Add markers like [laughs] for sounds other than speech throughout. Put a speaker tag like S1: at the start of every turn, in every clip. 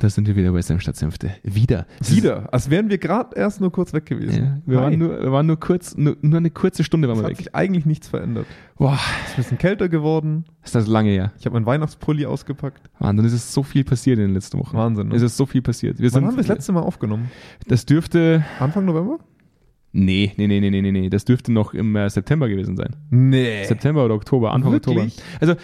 S1: da sind wir wieder bei Senf statt Senfte. Wieder. Es ist-
S2: Wieder, als wären wir gerade erst nur kurz weg gewesen.
S1: Ja, wir,
S2: Hi.
S1: waren nur, wir waren nur kurz, nur, nur eine kurze Stunde waren
S2: es
S1: wir
S2: hat
S1: weg.
S2: sich eigentlich nichts verändert.
S1: Boah,
S2: Es ist ein bisschen kälter geworden.
S1: ist das lange her.
S2: Ich habe meinen Weihnachtspulli ausgepackt.
S1: Wahnsinn, es ist so viel passiert in den letzten Wochen.
S2: Wahnsinn, ne?
S1: Es ist so viel passiert. Wir
S2: Wann
S1: sind,
S2: haben wir das letzte Mal aufgenommen?
S1: das dürfte,
S2: Anfang November?
S1: nee, nee, nee, nee, nee, nee, nee, das dürfte noch im äh, September gewesen sein.
S2: Nee.
S1: September oder Oktober, Anfang
S2: Wirklich?
S1: Oktober. Also,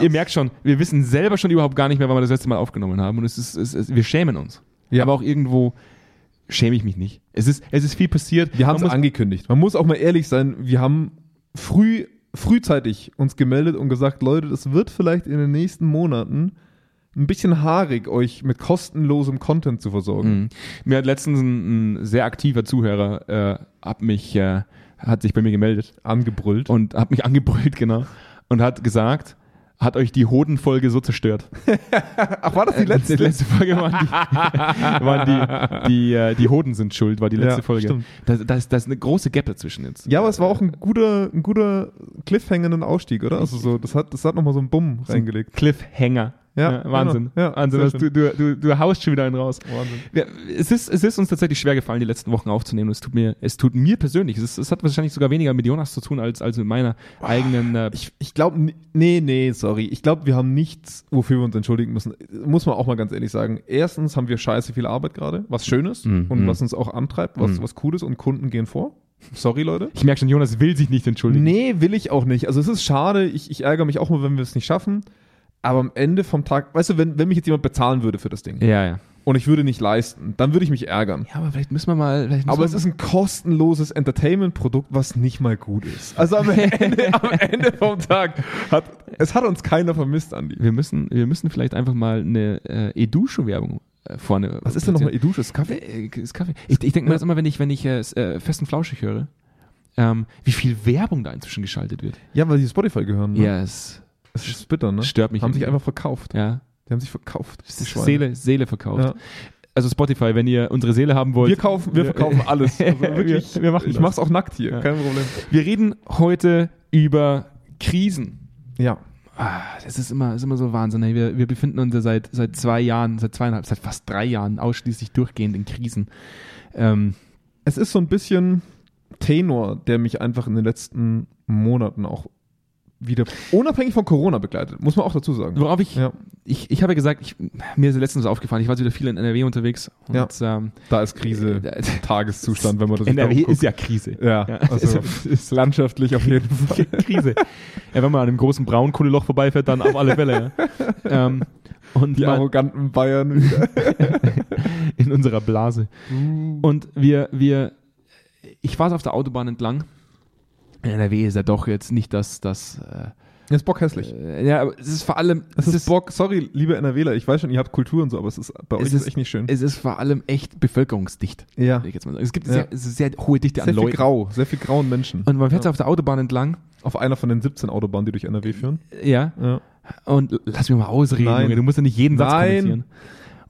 S1: ihr merkt schon, wir wissen selber schon überhaupt gar nicht mehr, wann wir das letzte Mal aufgenommen haben. Und es ist, es ist wir schämen uns.
S2: Ja.
S1: Aber auch irgendwo schäme ich mich nicht. Es ist, es ist viel passiert.
S2: Wir
S1: Man
S2: haben es
S1: muss-
S2: angekündigt. Man muss auch mal ehrlich sein, wir haben früh, frühzeitig uns gemeldet und gesagt, Leute, das wird vielleicht in den nächsten Monaten ein bisschen haarig, euch mit kostenlosem Content zu versorgen.
S1: Mhm. Mir hat letztens ein, ein sehr aktiver Zuhörer äh, hat mich, äh, hat sich bei mir gemeldet
S2: Angebrüllt.
S1: und hat mich [laughs] angebrüllt, genau. Und hat gesagt, hat euch die Hodenfolge so zerstört.
S2: Ach, war das die letzte?
S1: Die letzte Folge waren die,
S2: [laughs]
S1: waren die, die, äh, die Hoden sind schuld, war die letzte
S2: Ja,
S1: Folge.
S2: stimmt.
S1: Da, da, ist, da ist eine große Gap dazwischen jetzt.
S2: Ja, aber es war auch ein guter, ein guter cliffhangenden Ausstieg, oder? Also so, das hat, das hat nochmal so einen Bumm reingelegt.
S1: Cliffhanger.
S2: Ja,
S1: Wahnsinn.
S2: genau. Ja,
S1: Wahnsinn.
S2: sehr
S1: dass Du, du, du, du haust schon wieder einen raus.
S2: Wahnsinn.
S1: Ja, es, ist, es ist uns tatsächlich schwer gefallen, die letzten Wochen aufzunehmen. Es tut mir, es tut mir persönlich, es, ist, es hat wahrscheinlich sogar weniger mit Jonas zu tun als, als mit meiner eigenen. Äh,
S2: Ich, ich glaube, nee, nee, sorry. Ich glaube, wir haben nichts, wofür wir uns entschuldigen müssen. Muss man auch mal ganz ehrlich sagen. Erstens haben wir scheiße viel Arbeit gerade, was Schönes
S1: Mhm.
S2: und was uns auch antreibt, was,
S1: Mhm.
S2: was Cooles und Kunden gehen vor. Sorry, Leute.
S1: ich merke schon, Jonas will sich nicht entschuldigen.
S2: Nee, will ich auch nicht. Also es ist schade, ich, ich ärgere mich auch mal, wenn wir es nicht schaffen. Aber am Ende vom Tag, weißt du, wenn, wenn mich jetzt jemand bezahlen würde für das Ding
S1: Ja, ja.
S2: und ich würde nicht leisten, dann würde ich mich ärgern.
S1: Ja, aber vielleicht müssen wir mal. Vielleicht müssen
S2: Aber
S1: wir
S2: es ist ein kostenloses Entertainment-Produkt, was nicht mal gut ist. Also
S1: [laughs]
S2: am Ende, am Ende vom Tag hat es hat uns keiner vermisst, Andi.
S1: wir müssen, wir müssen vielleicht einfach mal eine äh, Educho-Werbung äh, vorne.
S2: Was ist denn nochmal Edusches Kaffee?
S1: Kaffee? Äh, ist Kaffee. Ich, ich denke mir das immer, wenn ich, wenn ich äh, s- äh, fest und flauschig höre, ähm, wie viel Werbung da inzwischen geschaltet wird.
S2: Ja, weil die Spotify gehören. Ne?
S1: Yes.
S2: Das ist bitter, ne?
S1: Stört mich.
S2: Haben sich
S1: irgendwie.
S2: einfach verkauft.
S1: Ja.
S2: Die haben sich verkauft. die Schweine.
S1: Seele, Seele verkauft.
S2: Ja.
S1: Also Spotify, wenn ihr unsere Seele haben wollt.
S2: Wir kaufen, wir verkaufen alles. Also wirklich,
S1: Wir- wir machen
S2: ich
S1: das.
S2: mach's auch nackt hier,
S1: Ja.
S2: kein Problem.
S1: [laughs] Wir reden heute über Krisen.
S2: Ja.
S1: Ah, das ist immer, ist immer so Wahnsinn. ey. Wir, wir befinden uns ja seit, seit zwei Jahren, seit zweieinhalb, seit fast drei Jahren ausschließlich durchgehend in Krisen. Ähm,
S2: Es ist so ein bisschen Tenor, der mich einfach in den letzten Monaten auch wieder unabhängig von Corona begleitet, muss man auch dazu sagen.
S1: worauf ich,
S2: Ja,
S1: ich, ich habe ja gesagt, ich, mir ist letztens aufgefallen, ich war wieder viel in NRW unterwegs. Und, ähm,
S2: da ist Krise
S1: äh,
S2: Tageszustand, wenn man das
S1: NRW
S2: sich da
S1: ist ja Krise.
S2: Ja,
S1: Ja.
S2: [laughs] also ist landschaftlich auf [laughs] jeden Fall.
S1: [laughs] Krise. ja, wenn man an einem großen Braunkohleloch vorbeifährt, dann auf alle Fälle. [laughs] Ja. Ähm, und
S2: Die
S1: man-
S2: arroganten Bayern [laughs] wieder.
S1: in unserer Blase. Und wir, wir, ich war auf der Autobahn entlang. NRW ist ja doch jetzt nicht das, das,
S2: Das ist bockhässlich.
S1: äh, ja, aber es ist vor allem,
S2: Das ist Bock, sorry, liebe NRWler, ich weiß schon, ihr habt Kultur und so, aber es ist bei euch
S1: Es
S2: ist
S1: ist-
S2: echt nicht schön.
S1: es ist vor allem echt bevölkerungsdicht.
S2: ja.
S1: Will ich jetzt mal sagen. Es gibt
S2: Ja.
S1: sehr, es ist sehr hohe Dichte
S2: Sehr
S1: an
S2: viel
S1: Leuten.
S2: grau, sehr viel grauen Menschen.
S1: Und man fährt auf der Autobahn entlang,
S2: Auf einer von den 17 Autobahnen, die durch NRW führen.
S1: ja,
S2: Ja.
S1: und lass mich mal ausreden,
S2: Nein.
S1: Junge, du musst ja nicht jeden Satz
S2: Nein.
S1: kommentieren.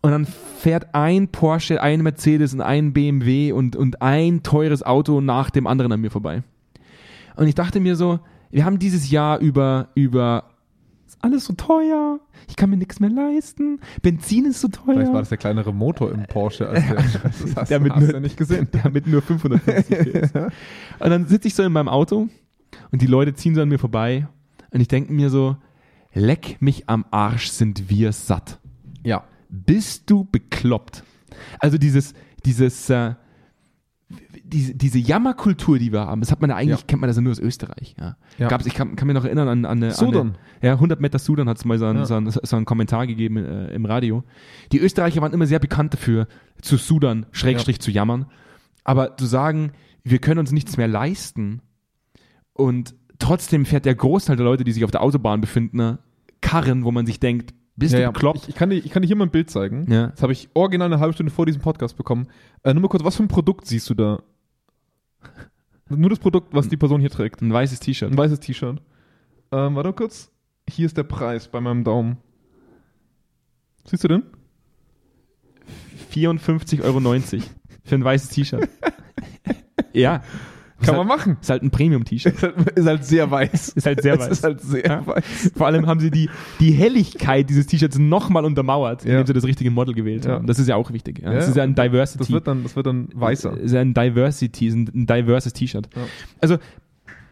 S1: Und dann fährt ein Porsche, ein Mercedes und ein BMW und, und ein teures Auto nach dem anderen an mir vorbei. Und ich dachte mir so, wir haben dieses Jahr über, über, ist alles so teuer, ich kann mir nichts mehr leisten, Benzin ist so
S2: Vielleicht war
S1: teuer.
S2: das der kleinere Motor im Porsche. Als der, [laughs] das hast,
S1: Der mit
S2: hast
S1: nur-
S2: du nicht gesehen.
S1: [laughs] Damit nur
S2: [laughs]
S1: 550 PS. Und dann sitze ich so in meinem Auto und die Leute ziehen so an mir vorbei und ich denke mir so, leck mich am Arsch, sind wir satt.
S2: Ja.
S1: bist du bekloppt. Also dieses, dieses, äh, diese, diese Jammerkultur, die wir haben, das hat man ja eigentlich,
S2: Ja.
S1: kennt man das ja nur aus Österreich. Ja.
S2: Ja.
S1: Gab's, ich kann, kann mir noch erinnern an, an eine. An
S2: Sudan.
S1: eine ja, 100 Meter Sudan hat es mal so einen,
S2: Ja.
S1: so, einen, so einen Kommentar gegeben äh, im Radio. Die Österreicher waren immer sehr bekannt dafür, zu Sudan, Schrägstrich zu jammern. Aber zu sagen, wir können uns nichts mehr leisten und trotzdem fährt der Großteil der Leute, die sich auf der Autobahn befinden, ne, Karren, wo man sich denkt, bist
S2: Ja,
S1: du
S2: ja.
S1: bekloppt?
S2: Ich, ich, kann dir, ich kann dir hier mal ein Bild zeigen.
S1: Ja.
S2: Das habe ich original eine halbe Stunde vor diesem Podcast bekommen. Äh, nur mal kurz, was für ein Produkt siehst du da? Nur das Produkt, was die Person hier trägt.
S1: Ein weißes T-Shirt.
S2: Ein weißes T-Shirt. Ähm, warte mal kurz. Hier ist der Preis bei meinem Daumen. Siehst du den?
S1: [laughs] 54,90 Euro für ein weißes T-Shirt. ja, Ist halt,
S2: man machen.
S1: Ist halt ein Premium-T-Shirt.
S2: [laughs] Ist halt, ist halt sehr weiß.
S1: Ist halt [laughs] sehr
S2: [laughs] Es
S1: weiß.
S2: Ist halt sehr
S1: Ja.
S2: weiß.
S1: [laughs] Vor allem haben sie die, die Helligkeit dieses T-Shirts nochmal untermauert,
S2: Ja.
S1: indem sie das richtige Model gewählt
S2: Ja.
S1: haben. Das ist ja auch wichtig. Ja. Das
S2: Ja.
S1: ist ja ein Diversity.
S2: Das wird dann, das wird dann weißer.
S1: Ist ja ein Diversity, ist ein, ein diverses T-Shirt.
S2: Ja.
S1: Also,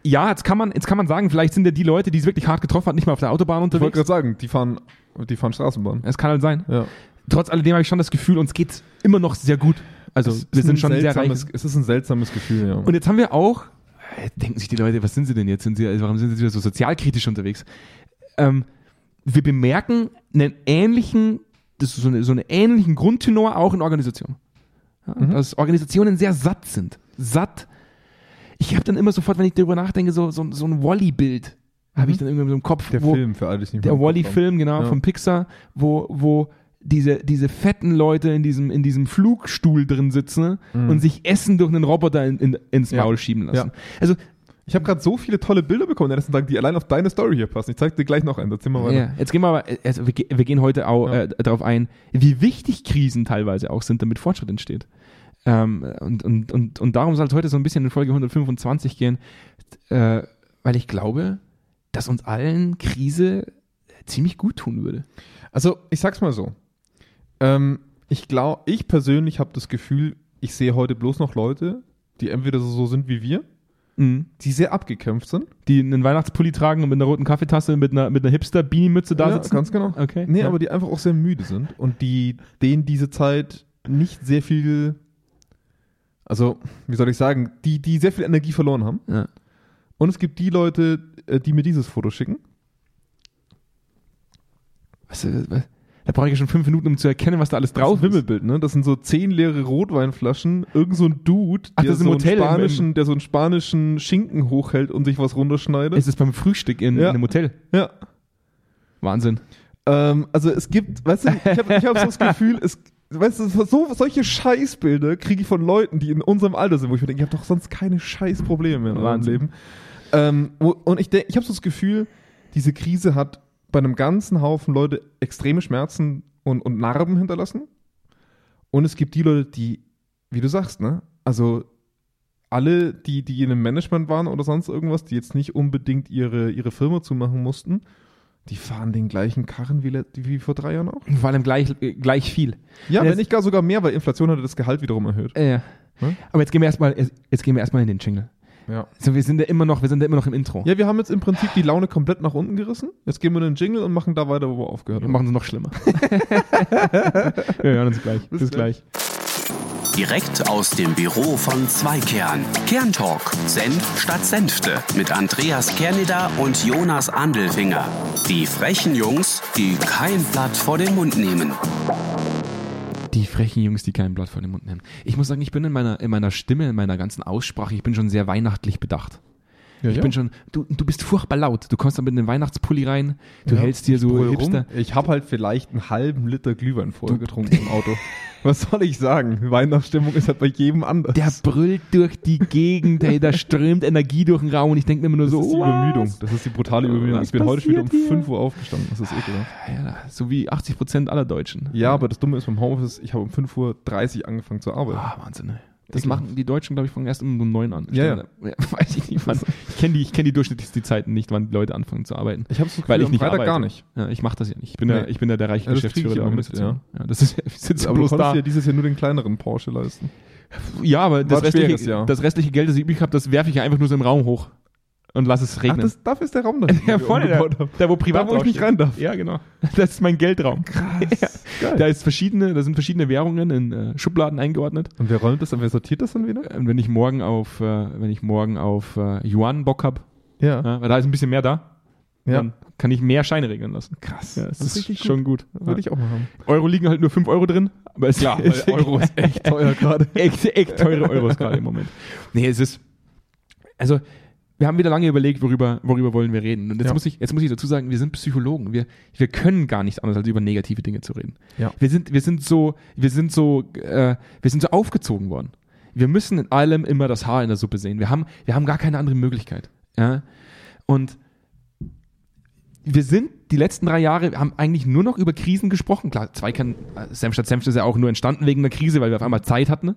S1: ja, jetzt kann, man, jetzt kann man sagen, vielleicht sind ja die Leute, die es wirklich hart getroffen hat, nicht mal auf der Autobahn
S2: Ich wollte
S1: unterwegs.
S2: gerade sagen, die fahren, die fahren Straßenbahn.
S1: Es kann halt sein.
S2: Ja.
S1: Trotz alledem habe ich schon das Gefühl, uns geht's immer noch sehr gut. Also, wir sind schon sehr reich.
S2: seltsames, Es ist ein seltsames Gefühl, ja.
S1: Und jetzt haben wir auch, äh, denken sich die Leute, was sind sie denn jetzt? Sind sie, also warum sind sie jetzt wieder so sozialkritisch unterwegs? Ähm, wir bemerken einen ähnlichen, das ist so, eine, so einen ähnlichen Grundtenor auch in Organisationen. Ja,
S2: Mhm.
S1: Dass Organisationen sehr satt sind. Satt. Ich habe dann immer sofort, wenn ich darüber nachdenke, so, so, so ein Wally-Bild habe ich dann irgendwie so im Kopf.
S2: Mhm. der
S1: wo,
S2: Film für alle, die es nicht
S1: der
S2: mehr im Kopf haben.
S1: Wally-Film, genau,
S2: Ja.
S1: von Pixar, wo, wo diese, diese fetten Leute in diesem, in diesem Flugstuhl drin sitzen ne, und sich Essen durch einen Roboter in, in, ins
S2: Mhm. Ja.
S1: Maul schieben lassen.
S2: Ja.
S1: Also,
S2: Ich habe gerade so viele tolle Bilder bekommen in den letzten Tagen, die allein auf deine Story hier passen. Ich zeig dir gleich noch einen, da ziehen wir weiter.
S1: ja, jetzt gehen wir aber, also wir, ge- wir gehen heute auch
S2: Oh, Ja.
S1: äh, darauf ein, wie wichtig Krisen teilweise auch sind, damit Fortschritt entsteht. Ähm, und, und, und, und darum soll es heute so ein bisschen in Folge 125 gehen, äh, weil ich glaube, dass uns allen Krise ziemlich gut tun würde.
S2: Also, ich sag's mal so. Ähm, ich glaube, ich persönlich habe das Gefühl, ich sehe heute bloß noch Leute, die entweder so- so sind wie wir, die sehr abgekämpft sind.
S1: Die einen Weihnachtspulli tragen und mit einer roten Kaffeetasse mit einer, mit einer Hipster-Beanie-Mütze da
S2: Ja,
S1: sitzen.
S2: Ganz genau.
S1: Okay.
S2: Nee,
S1: ja.
S2: aber die einfach auch sehr müde sind und die denen diese Zeit nicht sehr viel, also wie soll ich sagen, die, die sehr viel Energie verloren haben.
S1: Ja.
S2: Und es gibt die Leute, äh, die mir dieses Foto schicken.
S1: Was, äh, was? Da brauche ich ja schon fünf Minuten, um zu erkennen, was da alles drauf
S2: Das Wimmelbild, ne? Das sind so zehn leere Rotweinflaschen. Irgend so ein Dude,
S1: Ach,
S2: der,
S1: das ist im
S2: so
S1: Hotel, im-
S2: einen spanischen, der so einen spanischen Schinken hochhält und sich was runterschneidet.
S1: ist. Es ist beim Frühstück in,
S2: Ja.
S1: in einem Hotel.
S2: ja.
S1: Wahnsinn.
S2: Ähm, also es gibt, weißt du, ich habe ich hab so das Gefühl, es, weißt du, so, solche Scheißbilder kriege ich von Leuten, die in unserem Alter sind, wo ich mir denke, ich habe doch sonst keine Scheißprobleme mehr in meinem
S1: Wahnsinn.
S2: Leben. Ähm, wo- und ich, denk- ich habe so das Gefühl, diese Krise hat bei einem ganzen Haufen Leute extreme Schmerzen und, und Narben hinterlassen. Und es gibt die Leute, die, wie du sagst, ne? Also alle, die, die in einem Management waren oder sonst irgendwas, die jetzt nicht unbedingt ihre, ihre Firma zumachen mussten, die fahren den gleichen Karren wie, le- wie vor drei Jahren auch.
S1: Vor allem gleich, äh, gleich viel.
S2: Ja,
S1: Ja, es-
S2: wenn nicht gar sogar mehr, weil Inflation hatte das Gehalt wiederum erhöht.
S1: Äh,
S2: Hm?
S1: Aber jetzt gehen wir erstmal jetzt gehen wir erstmal in den Jingle.
S2: Ja.
S1: So, wir sind ja immer noch, wir sind ja immer noch im Intro.
S2: Ja, wir haben jetzt im Prinzip die Laune komplett nach unten gerissen. Jetzt gehen wir in den Jingle und machen da weiter, wo wir aufgehört
S1: Wir
S2: haben.
S1: machen es noch schlimmer. wir hören uns
S2: [laughs]
S1: gleich. Bis,
S2: gleich.
S3: Direkt aus dem Büro von Zweikern. Kerntalk. Senf statt Senfte. Mit Andreas Kerneder und Jonas Andelfinger. Die frechen Jungs, die kein Blatt vor den Mund nehmen.
S1: Die frechen Jungs, die kein Blatt vor den Mund nehmen. Ich muss sagen, ich bin in meiner, in meiner Stimme, in meiner ganzen Aussprache, ich bin schon sehr weihnachtlich bedacht. ich bin schon, du, du bist furchtbar laut. Du kommst dann mit einem Weihnachtspulli rein, du
S2: Ja.
S1: hältst dir so
S2: Brüll rum.
S1: Hipster.
S2: Ich habe halt vielleicht einen halben Liter Glühwein vorher getrunken
S1: [laughs]
S2: im Auto. Was soll ich sagen? Weihnachtsstimmung ist halt bei jedem anders.
S1: Der brüllt durch die Gegend, hey, da
S2: [laughs]
S1: strömt Energie durch den Raum und ich denke mir immer nur so,
S2: das ist die
S1: "Was?"
S2: Übermüdung. Das ist die brutale Übermüdung.
S1: Äh, Was
S2: ich bin heute schon wieder um
S1: passiert hier?
S2: 5 Uhr aufgestanden. Das ist ekelhaft.
S1: Ja, so wie 80 Prozent aller Deutschen.
S2: Ja, aber das Dumme ist beim Homeoffice, ich habe um 5.30 Uhr angefangen zu arbeiten.
S1: Ah, Wahnsinn. ey. Das machen die Deutschen, glaube ich, fangen erst um um neun an.
S2: Ja, ja.
S1: [laughs] Weiß ich nicht, wann. Ich kenne die, ich kenn die durchschnittlich die Zeiten nicht, wann die Leute anfangen zu arbeiten.
S2: Ich habe so
S1: Weil ich nicht
S2: Freitag
S1: arbeite.
S2: gar nicht.
S1: Ja, ich mache das ja nicht. Ich bin, ja,
S2: Nee.
S1: ich bin ja der reiche
S2: Ja, das krieg
S1: Geschäftsführer
S2: ich
S1: der
S2: ja auch mit,
S1: Organisation. Ja. das ist, ich sitze
S2: Aber du
S1: bloß
S2: konntest
S1: da.
S2: dir dieses Jahr nur den kleineren Porsche leisten.
S1: Ja, aber das
S2: ein
S1: restliche,
S2: schweres Jahr.
S1: das restliche Geld, das ich übrig habe, das werfe ich ja einfach nur so im Raum hoch und lass es regnen. [laughs]
S2: dafür ist der Raum da. hinten, den wir
S1: vorne, da,
S2: umgebaut haben.
S1: da wo privat
S2: Da, wo ich nicht
S1: draufsteht.
S2: rein darf.
S1: Ja, genau. [laughs] Das ist mein Geldraum.
S2: [laughs]
S1: Krass. Ja.
S2: Geil.
S1: Da, ist verschiedene, da sind verschiedene Währungen in äh, Schubladen eingeordnet.
S2: Und wer räumt das dann? Wer sortiert das dann wieder?
S1: Äh, Wenn ich morgen auf, äh, wenn ich morgen auf äh, Yuan Bock habe,
S2: Ja.
S1: ja, weil da ist ein bisschen mehr da,
S2: ja.
S1: dann kann ich mehr Scheine regeln lassen.
S2: Krass.
S1: Ja, das,
S2: Das ist
S1: ist,
S2: richtig gut.
S1: schon gut.
S2: Würde ich auch mal haben.
S1: Ja. Euro liegen halt nur 5 Euro drin, aber es [laughs]
S2: [laughs] Klar, weil Euro ist
S1: echt [laughs]
S2: Teuer [laughs] gerade.
S1: echt, echt teure Euros gerade im Moment. Nee, es ist. Also, wir haben wieder lange überlegt, worüber, worüber wollen wir reden. Und jetzt,
S2: Ja.
S1: muss ich, jetzt muss ich dazu sagen, wir sind Psychologen. Wir, wir können gar nicht anders, als über negative Dinge zu reden.
S2: Ja.
S1: Wir sind, wir sind so, wir sind so, äh, wir sind so aufgezogen worden. Wir müssen in allem immer das Haar in der Suppe sehen. Wir haben, wir haben gar keine andere Möglichkeit. Ja? Und wir sind die letzten drei Jahre, wir haben eigentlich nur noch über Krisen gesprochen. Klar, Zweikern, äh, Senf statt Senf ist ja auch nur entstanden wegen einer Krise, weil wir auf einmal Zeit hatten. ne?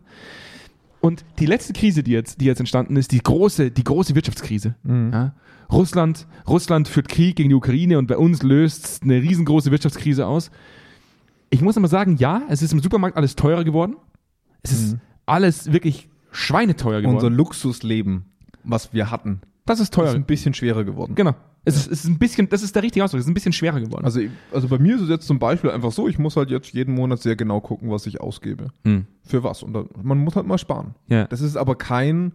S1: Und die letzte Krise, die jetzt, die jetzt entstanden ist, die große, die große Wirtschaftskrise.
S2: Mhm.
S1: Ja? Russland, Russland führt Krieg gegen die Ukraine und bei uns löst eine riesengroße Wirtschaftskrise aus. Ich muss aber sagen, ja, es ist im Supermarkt alles teurer geworden. Es ist
S2: Mhm.
S1: alles wirklich schweineteuer geworden.
S2: [laughs] Unser Luxusleben, was wir hatten,
S1: das ist
S2: ist
S1: teuer.
S2: ein bisschen schwerer geworden.
S1: Genau. Es, ist, es ist ein bisschen, das ist der richtige Ausdruck, es ist ein bisschen schwerer geworden.
S2: Also, also bei mir ist es jetzt zum Beispiel einfach so, ich muss halt jetzt jeden Monat sehr genau gucken, was ich ausgebe.
S1: Hm.
S2: Für was. Und dann, man muss halt mal sparen.
S1: ja.
S2: Das ist aber kein,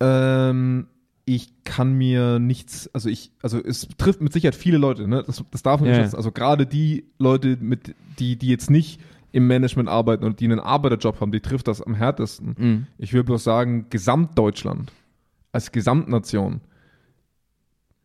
S2: ähm, ich kann mir nichts, also ich, also es trifft mit Sicherheit viele Leute, ne? Das, das darf man nicht
S1: Ja, ja.
S2: schätzen. Also gerade die Leute, mit, die, die jetzt nicht im Management arbeiten und die einen Arbeiterjob haben, die trifft das am härtesten.
S1: Mhm.
S2: Ich würde bloß sagen, Gesamtdeutschland als Gesamtnation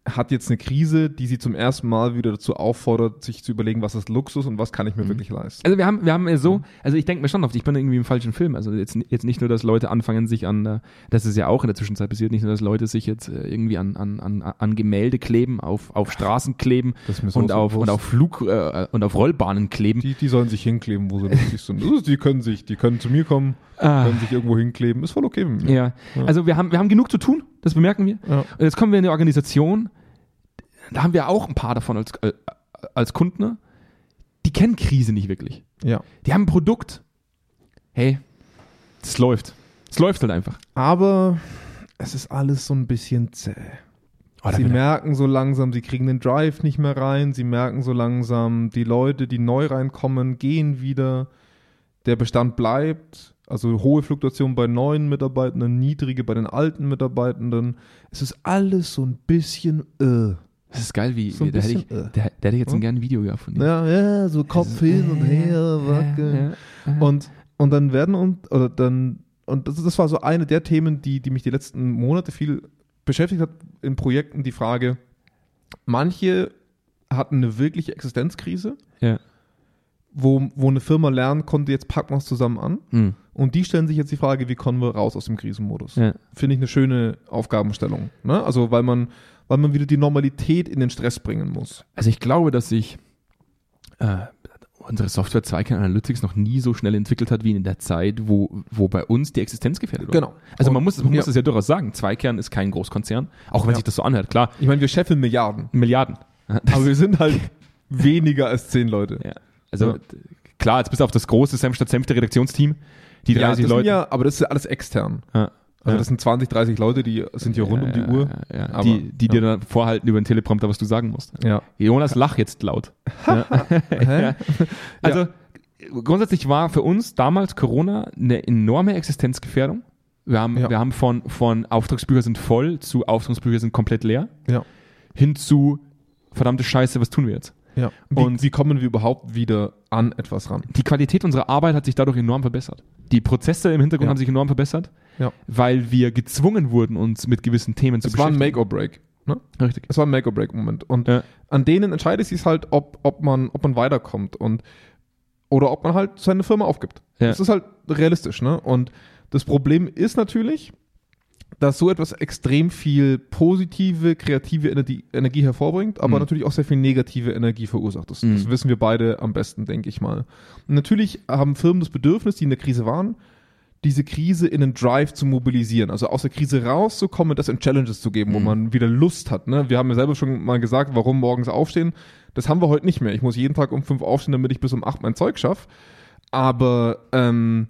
S2: hat jetzt eine Krise, die sie zum ersten Mal wieder dazu auffordert, sich zu überlegen, was ist Luxus und was kann ich mir wirklich leisten.
S1: Also wir haben, wir haben ja so, also ich denke mir schon oft, ich bin irgendwie im falschen Film. Also jetzt, jetzt nicht nur, dass Leute anfangen, sich an, äh, das ist ja auch in der Zwischenzeit passiert, nicht nur, dass Leute sich jetzt äh, irgendwie an, an, an, an Gemälde kleben, auf, auf Straßen kleben
S2: Das ist mir so
S1: und,
S2: so
S1: auf, und
S2: bewusst.
S1: auf Flug äh, und auf Rollbahnen kleben.
S2: Die, die sollen sich hinkleben, wo sie lustig sind. Das ist- Die können sich, die können zu mir kommen,
S1: Ah.
S2: können sich irgendwo hinkleben. Ist voll okay mit mir.
S1: Ja. Also wir haben, wir haben genug zu tun, das bemerken wir.
S2: Ja.
S1: Und Also jetzt kommen wir in eine Organisation, da haben wir auch ein paar davon als, äh, als Kunden, ne? die kennen Krise nicht wirklich.
S2: Ja.
S1: Die haben ein Produkt. Hey, das läuft. Es läuft halt einfach.
S2: Aber es ist alles so ein bisschen zäh. sie merken so langsam, sie kriegen den Drive nicht mehr rein. Sie merken so langsam, die Leute, die neu reinkommen, gehen wieder. Der Bestand bleibt. Also hohe Fluktuation bei neuen Mitarbeitenden, niedrige bei den alten Mitarbeitenden. Es ist alles so ein bisschen äh.
S1: Das ist geil, wie,
S2: So ein
S1: wie da, hätte ich,
S2: bisschen, äh.
S1: da, da hätte ich jetzt
S2: Hm?
S1: ein gerne ein Video gehabt von dir.
S2: Ja, ja, so Kopf hin und her, wackeln.
S1: Mhm.
S2: Und, und dann werden und oder dann und das, das war so eine der Themen, die, die mich die letzten Monate viel beschäftigt hat in Projekten, die Frage, manche hatten eine wirkliche Existenzkrise,
S1: Ja.
S2: wo, wo eine Firma lernen konnte, jetzt packen wir es zusammen an.
S1: Hm.
S2: Und die stellen sich jetzt die Frage, wie kommen wir raus aus dem Krisenmodus?
S1: Ja.
S2: Finde ich eine schöne Aufgabenstellung. Ne? Also weil man, weil man wieder die Normalität in den Stress bringen muss.
S1: Also ich glaube, dass sich äh, unsere Software Zweikern Analytics noch nie so schnell entwickelt hat wie in der Zeit, wo, wo bei uns die Existenz gefährdet war.
S2: Genau.
S1: Also man muss, man muss
S2: Ja.
S1: es ja durchaus sagen, Zweikern ist kein Großkonzern, auch wenn
S2: Ja.
S1: sich das so anhört. Klar,
S2: Ich meine, wir scheffeln Milliarden,
S1: Milliarden.
S2: aber wir sind halt weniger als zehn Leute.
S1: [laughs] Ja. Also
S2: Ja.
S1: d- klar, jetzt bis auf das große Senf statt Senfte Redaktionsteam, die 30
S2: das
S1: Leute.
S2: Sind ja, aber das ist ja alles extern.
S1: Ja.
S2: Also
S1: Ja.
S2: das sind 20, 30 Leute, die sind hier rund um die Uhr.
S1: Ja, ja,
S2: Aber-
S1: die die dir dann vorhalten über den Teleprompter, was du sagen musst.
S2: Ja.
S1: Jonas, lach jetzt laut. [laughs]
S2: Hä?
S1: Also grundsätzlich war für uns damals Corona eine enorme Existenzgefährdung. Wir haben,
S2: Ja.
S1: wir haben von, von Auftragsbücher sind voll zu Auftragsbücher sind komplett leer
S2: Ja.
S1: hin zu verdammte Scheiße, was tun wir jetzt?
S2: ja. Wie,
S1: Und-
S2: wie kommen wir überhaupt wieder an etwas ran?
S1: Die Qualität unserer Arbeit hat sich dadurch enorm verbessert. Die Prozesse im Hintergrund
S2: Ja.
S1: haben sich enorm verbessert,
S2: Ja.
S1: weil wir gezwungen wurden, uns mit gewissen Themen zu
S2: Es war ein
S1: beschäftigen.
S2: Make or Break. Ne?
S1: Richtig.
S2: Es war ein Make or Break Moment. Und
S1: Ja.
S2: an denen entscheidet sich halt, ob, ob, man, ob man weiterkommt und oder ob man halt seine Firma aufgibt.
S1: Ja.
S2: Das ist halt realistisch, ne? Und das Problem ist natürlich, dass so etwas extrem viel positive, kreative Energie, Energie hervorbringt, aber
S1: Mhm.
S2: natürlich auch sehr viel negative Energie verursacht. Das, das
S1: Mhm.
S2: wissen wir beide am besten, denke ich mal. Und natürlich haben Firmen das Bedürfnis, die in der Krise waren, diese Krise in einen Drive zu mobilisieren, also aus der Krise rauszukommen und das in Challenges zu geben, wo
S1: Mhm.
S2: man wieder Lust hat. Ne? Wir haben ja selber schon mal gesagt, warum morgens aufstehen. Das haben wir heute nicht mehr. Ich muss jeden Tag um fünf aufstehen, damit ich bis um acht mein Zeug schaffe. Aber ähm,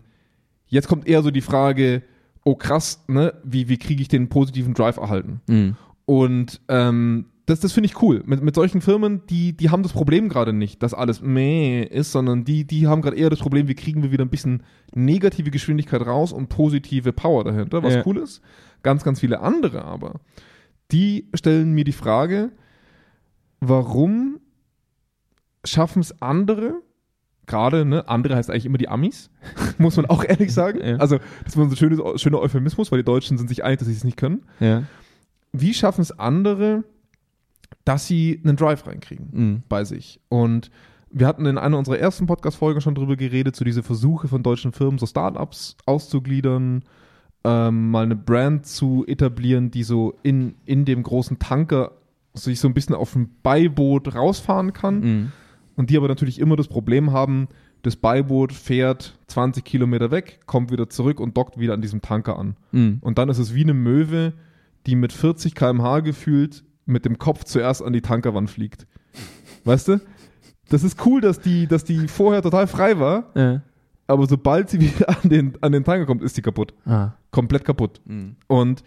S2: jetzt kommt eher so die Frage, oh krass, ne? wie, wie kriege ich den positiven Drive erhalten?
S1: Mhm.
S2: Und ähm, das, das finde ich cool. Mit, mit solchen Firmen, die, die haben das Problem gerade nicht, dass alles meh ist, sondern die, die haben gerade eher das Problem, wie kriegen wir wieder ein bisschen negative Geschwindigkeit raus und positive Power dahinter, was
S1: Ja.
S2: cool ist. Ganz, ganz viele andere aber, die stellen mir die Frage, warum schaffen es andere, gerade, ne, andere heißt eigentlich immer die Amis, [laughs] muss man auch ehrlich sagen.
S1: Ja.
S2: Also, das war so ein schönes, schöner Euphemismus, weil die Deutschen sind sich einig, dass sie es nicht können
S1: Ja.
S2: wie schaffen es andere, dass sie einen Drive reinkriegen
S1: Mhm.
S2: bei sich? Und wir hatten in einer unserer ersten Podcast-Folgen schon drüber geredet, so diese Versuche von deutschen Firmen, so Startups auszugliedern, ähm, mal eine Brand zu etablieren, die so in, in dem großen Tanker sich so ein bisschen auf dem Beiboot rausfahren kann
S1: Mhm.
S2: und die aber natürlich immer das Problem haben, Das Beiboot fährt 20 Kilometer weg, kommt wieder zurück und dockt wieder an diesem Tanker an.
S1: Mhm.
S2: Und dann ist es wie eine Möwe, die mit 40 km/h gefühlt mit dem Kopf zuerst an die Tankerwand fliegt. Weißt du? Das ist cool, dass die, dass die vorher total frei war,
S1: Ja.
S2: aber sobald sie [laughs] wieder an den, an den Tanker kommt, ist die kaputt.
S1: Ah. Mm.
S2: Komplett kaputt. Und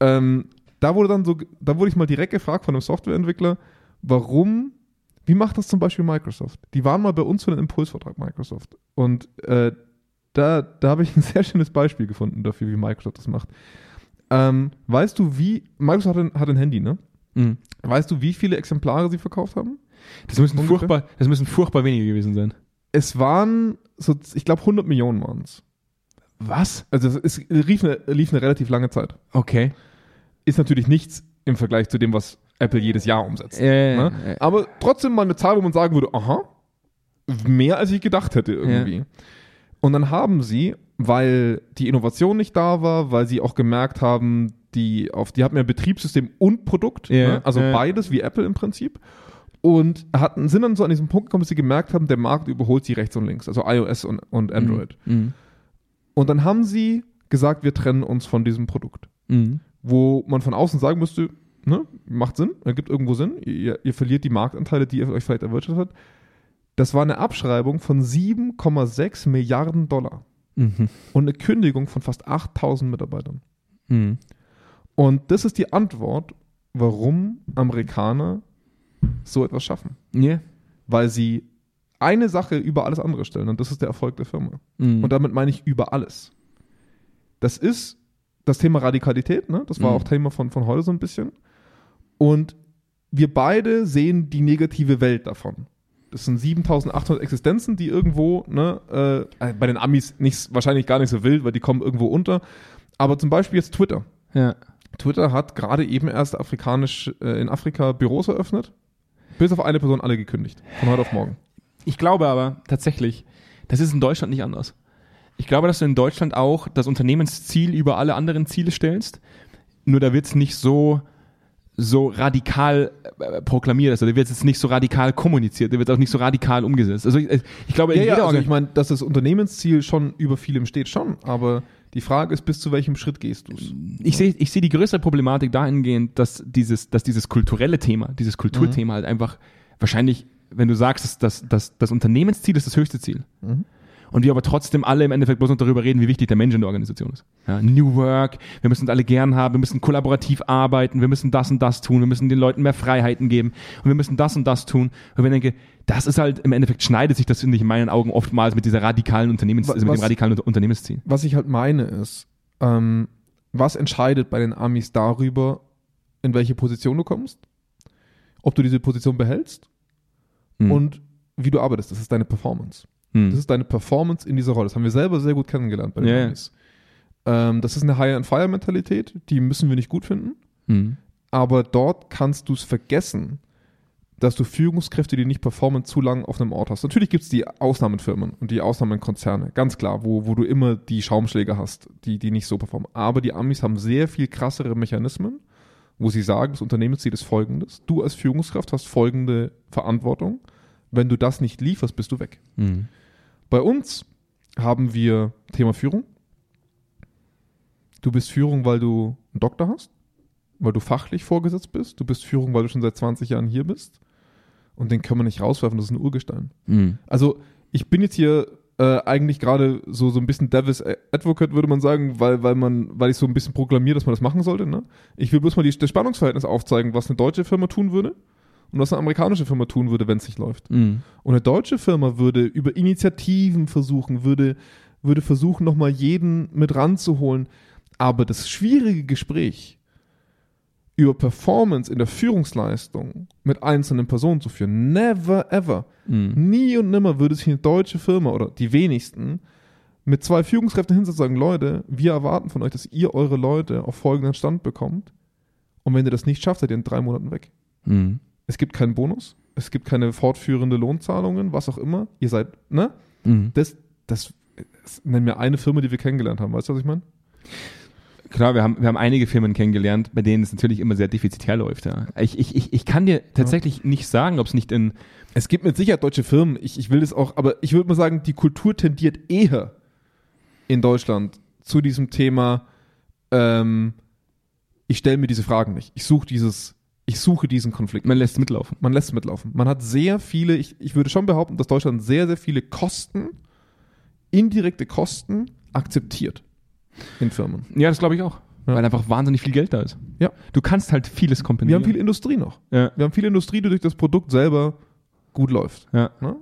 S2: ähm, da wurde dann so, da wurde ich mal direkt gefragt von einem Softwareentwickler, warum, wie macht das zum Beispiel Microsoft? Die waren mal bei uns für einen Impulsvertrag Microsoft. Und äh, da, da habe ich ein [laughs] sehr schönes Beispiel gefunden dafür, wie Microsoft das macht. Ähm, weißt du, wie, Microsoft hat ein, hat ein Handy, ne?
S1: Mhm.
S2: Weißt du, wie viele Exemplare sie verkauft haben?
S1: Das, müssen
S2: Ungefähr?
S1: furchtbar, das müssen furchtbar wenige gewesen sein.
S2: Es waren, so, ich glaube, 100 Millionen waren es.
S1: Was?
S2: Also es, es lief, eine, lief eine relativ lange Zeit.
S1: Okay.
S2: Ist natürlich nichts im Vergleich zu dem, was Apple jedes Jahr umsetzt.
S1: Äh,
S2: Ne?
S1: äh,
S2: Aber trotzdem mal eine Zahl, wo man sagen würde, aha, mehr als ich gedacht hätte irgendwie. Und dann haben sie, weil die Innovation nicht da war, weil sie auch gemerkt haben, die, auf, die hatten ja Betriebssystem und Produkt,
S1: Ja,
S2: ne? also
S1: ja.
S2: beides wie Apple im Prinzip. Und hatten, sind dann so an diesem Punkt gekommen, dass sie gemerkt haben, der Markt überholt sie rechts und links, also iOS und, und Android.
S1: Mhm.
S2: Und dann haben sie gesagt, wir trennen uns von diesem Produkt
S1: Mhm.
S2: wo man von außen sagen müsste, ne, macht Sinn, ergibt irgendwo Sinn, ihr, ihr verliert die Marktanteile, die ihr euch vielleicht erwirtschaftet habt. Das war eine Abschreibung von 7,6 Milliarden Dollar
S1: Mhm.
S2: und eine Kündigung von fast 8000 Mitarbeitern.
S1: Mhm.
S2: Und das ist die Antwort, warum Amerikaner so etwas schaffen.
S1: Ja.
S2: Weil sie eine Sache über alles andere stellen und das ist der Erfolg der Firma.
S1: Mhm.
S2: Und damit meine ich über alles. Das ist das Thema Radikalität, ne? das war
S1: Mhm.
S2: auch Thema von, von heute so ein bisschen. Und wir beide sehen die negative Welt davon. Das sind 7800 Existenzen, die irgendwo, ne, äh, bei den Amis nicht, wahrscheinlich gar nicht so wild, weil die kommen irgendwo unter. Aber zum Beispiel jetzt Twitter.
S1: ja.
S2: Twitter hat gerade eben erst afrikanisch äh, in Afrika Büros eröffnet. Bis auf eine Person alle gekündigt. Von heute auf morgen.
S1: Ich glaube aber tatsächlich, das ist in Deutschland nicht anders. Ich glaube, dass du in Deutschland auch das Unternehmensziel über alle anderen Ziele stellst. Nur da wird es nicht so, so radikal äh, proklamiert. Also da wird es jetzt nicht so radikal kommuniziert. Da wird auch nicht so radikal umgesetzt. Also ich, ich glaube, in
S2: Ja, ja,
S1: jeder
S2: also
S1: Organ-
S2: ich meine, dass das Unternehmensziel schon über vielem steht, schon. Aber die Frage ist, bis zu welchem Schritt gehst du es?
S1: ich sehe ich sehe die größere Problematik dahingehend, dass dieses, dass dieses kulturelle Thema, dieses
S2: Mhm.
S1: Kulturthema halt einfach wahrscheinlich, wenn du sagst, dass, dass, dass das Unternehmensziel ist das höchste Ziel.
S2: Mhm.
S1: Und wir aber trotzdem alle im Endeffekt bloß noch darüber reden, wie wichtig der Mensch in der Organisation ist. Ja, New Work, wir müssen uns alle gern haben, wir müssen kollaborativ arbeiten, wir müssen das und das tun, wir müssen den Leuten mehr Freiheiten geben und wir müssen das und das tun. Und wenn ich denke, das ist halt im Endeffekt schneidet sich das finde ich in meinen Augen oftmals mit dieser radikalen Unternehmens,
S2: Was-
S1: also mit dem
S2: was-
S1: radikalen Unter- Unternehmensziel.
S2: Was ich halt meine ist, ähm, was entscheidet bei den Amis darüber, in welche Position du kommst? Ob du diese Position behältst
S1: Mhm.
S2: und wie du arbeitest. Das ist deine Performance.
S1: Mhm.
S2: Das ist deine Performance in dieser Rolle. Das haben wir selber sehr gut kennengelernt bei den
S1: Ja, ja.
S2: Amis. Ähm, das ist eine High-and-Fire-Mentalität, die müssen wir nicht gut finden.
S1: Mhm.
S2: aber dort kannst du es vergessen, dass du Führungskräfte, die nicht performen, zu lang auf einem Ort hast. Natürlich gibt es die Ausnahmenfirmen und die Ausnahmenkonzerne, ganz klar, wo, wo du immer die Schaumschläge hast, die, die nicht so performen. Aber die Amis haben sehr viel krassere Mechanismen, wo sie sagen, das Unternehmensziel ist folgendes. Du als Führungskraft hast folgende Verantwortung. Wenn du das nicht lieferst, bist du weg.
S1: Mhm.
S2: Bei uns haben wir Thema Führung. Du bist Führung, weil du einen Doktor hast, weil du fachlich vorgesetzt bist. Du bist Führung, weil du schon seit 20 Jahren hier bist. Und den können wir nicht rauswerfen, das ist ein Urgestein.
S1: Mhm.
S2: Also ich bin jetzt hier äh, eigentlich gerade so, so ein bisschen Davis Advocate, würde man sagen, weil, weil, man, weil ich so ein bisschen proklamiere, dass man das machen sollte. Ne? Ich will bloß mal die, das Spannungsverhältnis aufzeigen, was eine deutsche Firma tun würde und was eine amerikanische Firma tun würde, wenn es nicht läuft.
S1: Mhm.
S2: Und eine deutsche Firma würde über Initiativen versuchen, würde, würde versuchen, nochmal jeden mit ranzuholen. Aber das schwierige Gespräch über Performance in der Führungsleistung mit einzelnen Personen zu führen, never ever,
S1: Mhm.
S2: nie und nimmer würde sich eine deutsche Firma oder die wenigsten mit zwei Führungskräften hinsetzen und sagen, Leute, wir erwarten von euch, dass ihr eure Leute auf folgenden Stand bekommt. Und wenn ihr das nicht schafft, seid ihr in drei Monaten weg.
S1: Mhm.
S2: Es gibt keinen Bonus, es gibt keine fortführende Lohnzahlungen, was auch immer. Ihr seid, ne?
S1: Mhm.
S2: Das, das, das nenn mir eine Firma, die wir kennengelernt haben. Weißt du, was ich meine?
S1: Klar, Genau, wir haben, wir haben einige Firmen kennengelernt, bei denen es natürlich immer sehr defizitär läuft. Ja. Ich, ich, ich, ich kann dir tatsächlich nicht sagen, ob es nicht in.
S2: Es gibt mit Sicherheit deutsche Firmen, ich, ich will das auch, aber ich würde mal sagen, die Kultur tendiert eher in Deutschland zu diesem Thema, ähm, ich stelle mir diese Fragen nicht. Ich suche dieses, ich suche diesen Konflikt.
S1: Man lässt es mitlaufen.
S2: Man lässt es mitlaufen. Man hat sehr viele, ich, ich würde schon behaupten, dass Deutschland sehr, sehr viele Kosten, indirekte Kosten akzeptiert in Firmen.
S1: Ja, das glaube ich auch.
S2: Ja.
S1: Weil einfach wahnsinnig viel Geld da ist.
S2: Ja.
S1: Du kannst halt vieles
S2: Wir
S1: kompensieren.
S2: haben viel Industrie noch.
S1: ja,
S2: Wir haben viel Industrie, die durch das Produkt selber gut läuft.
S1: ja.
S2: Ne?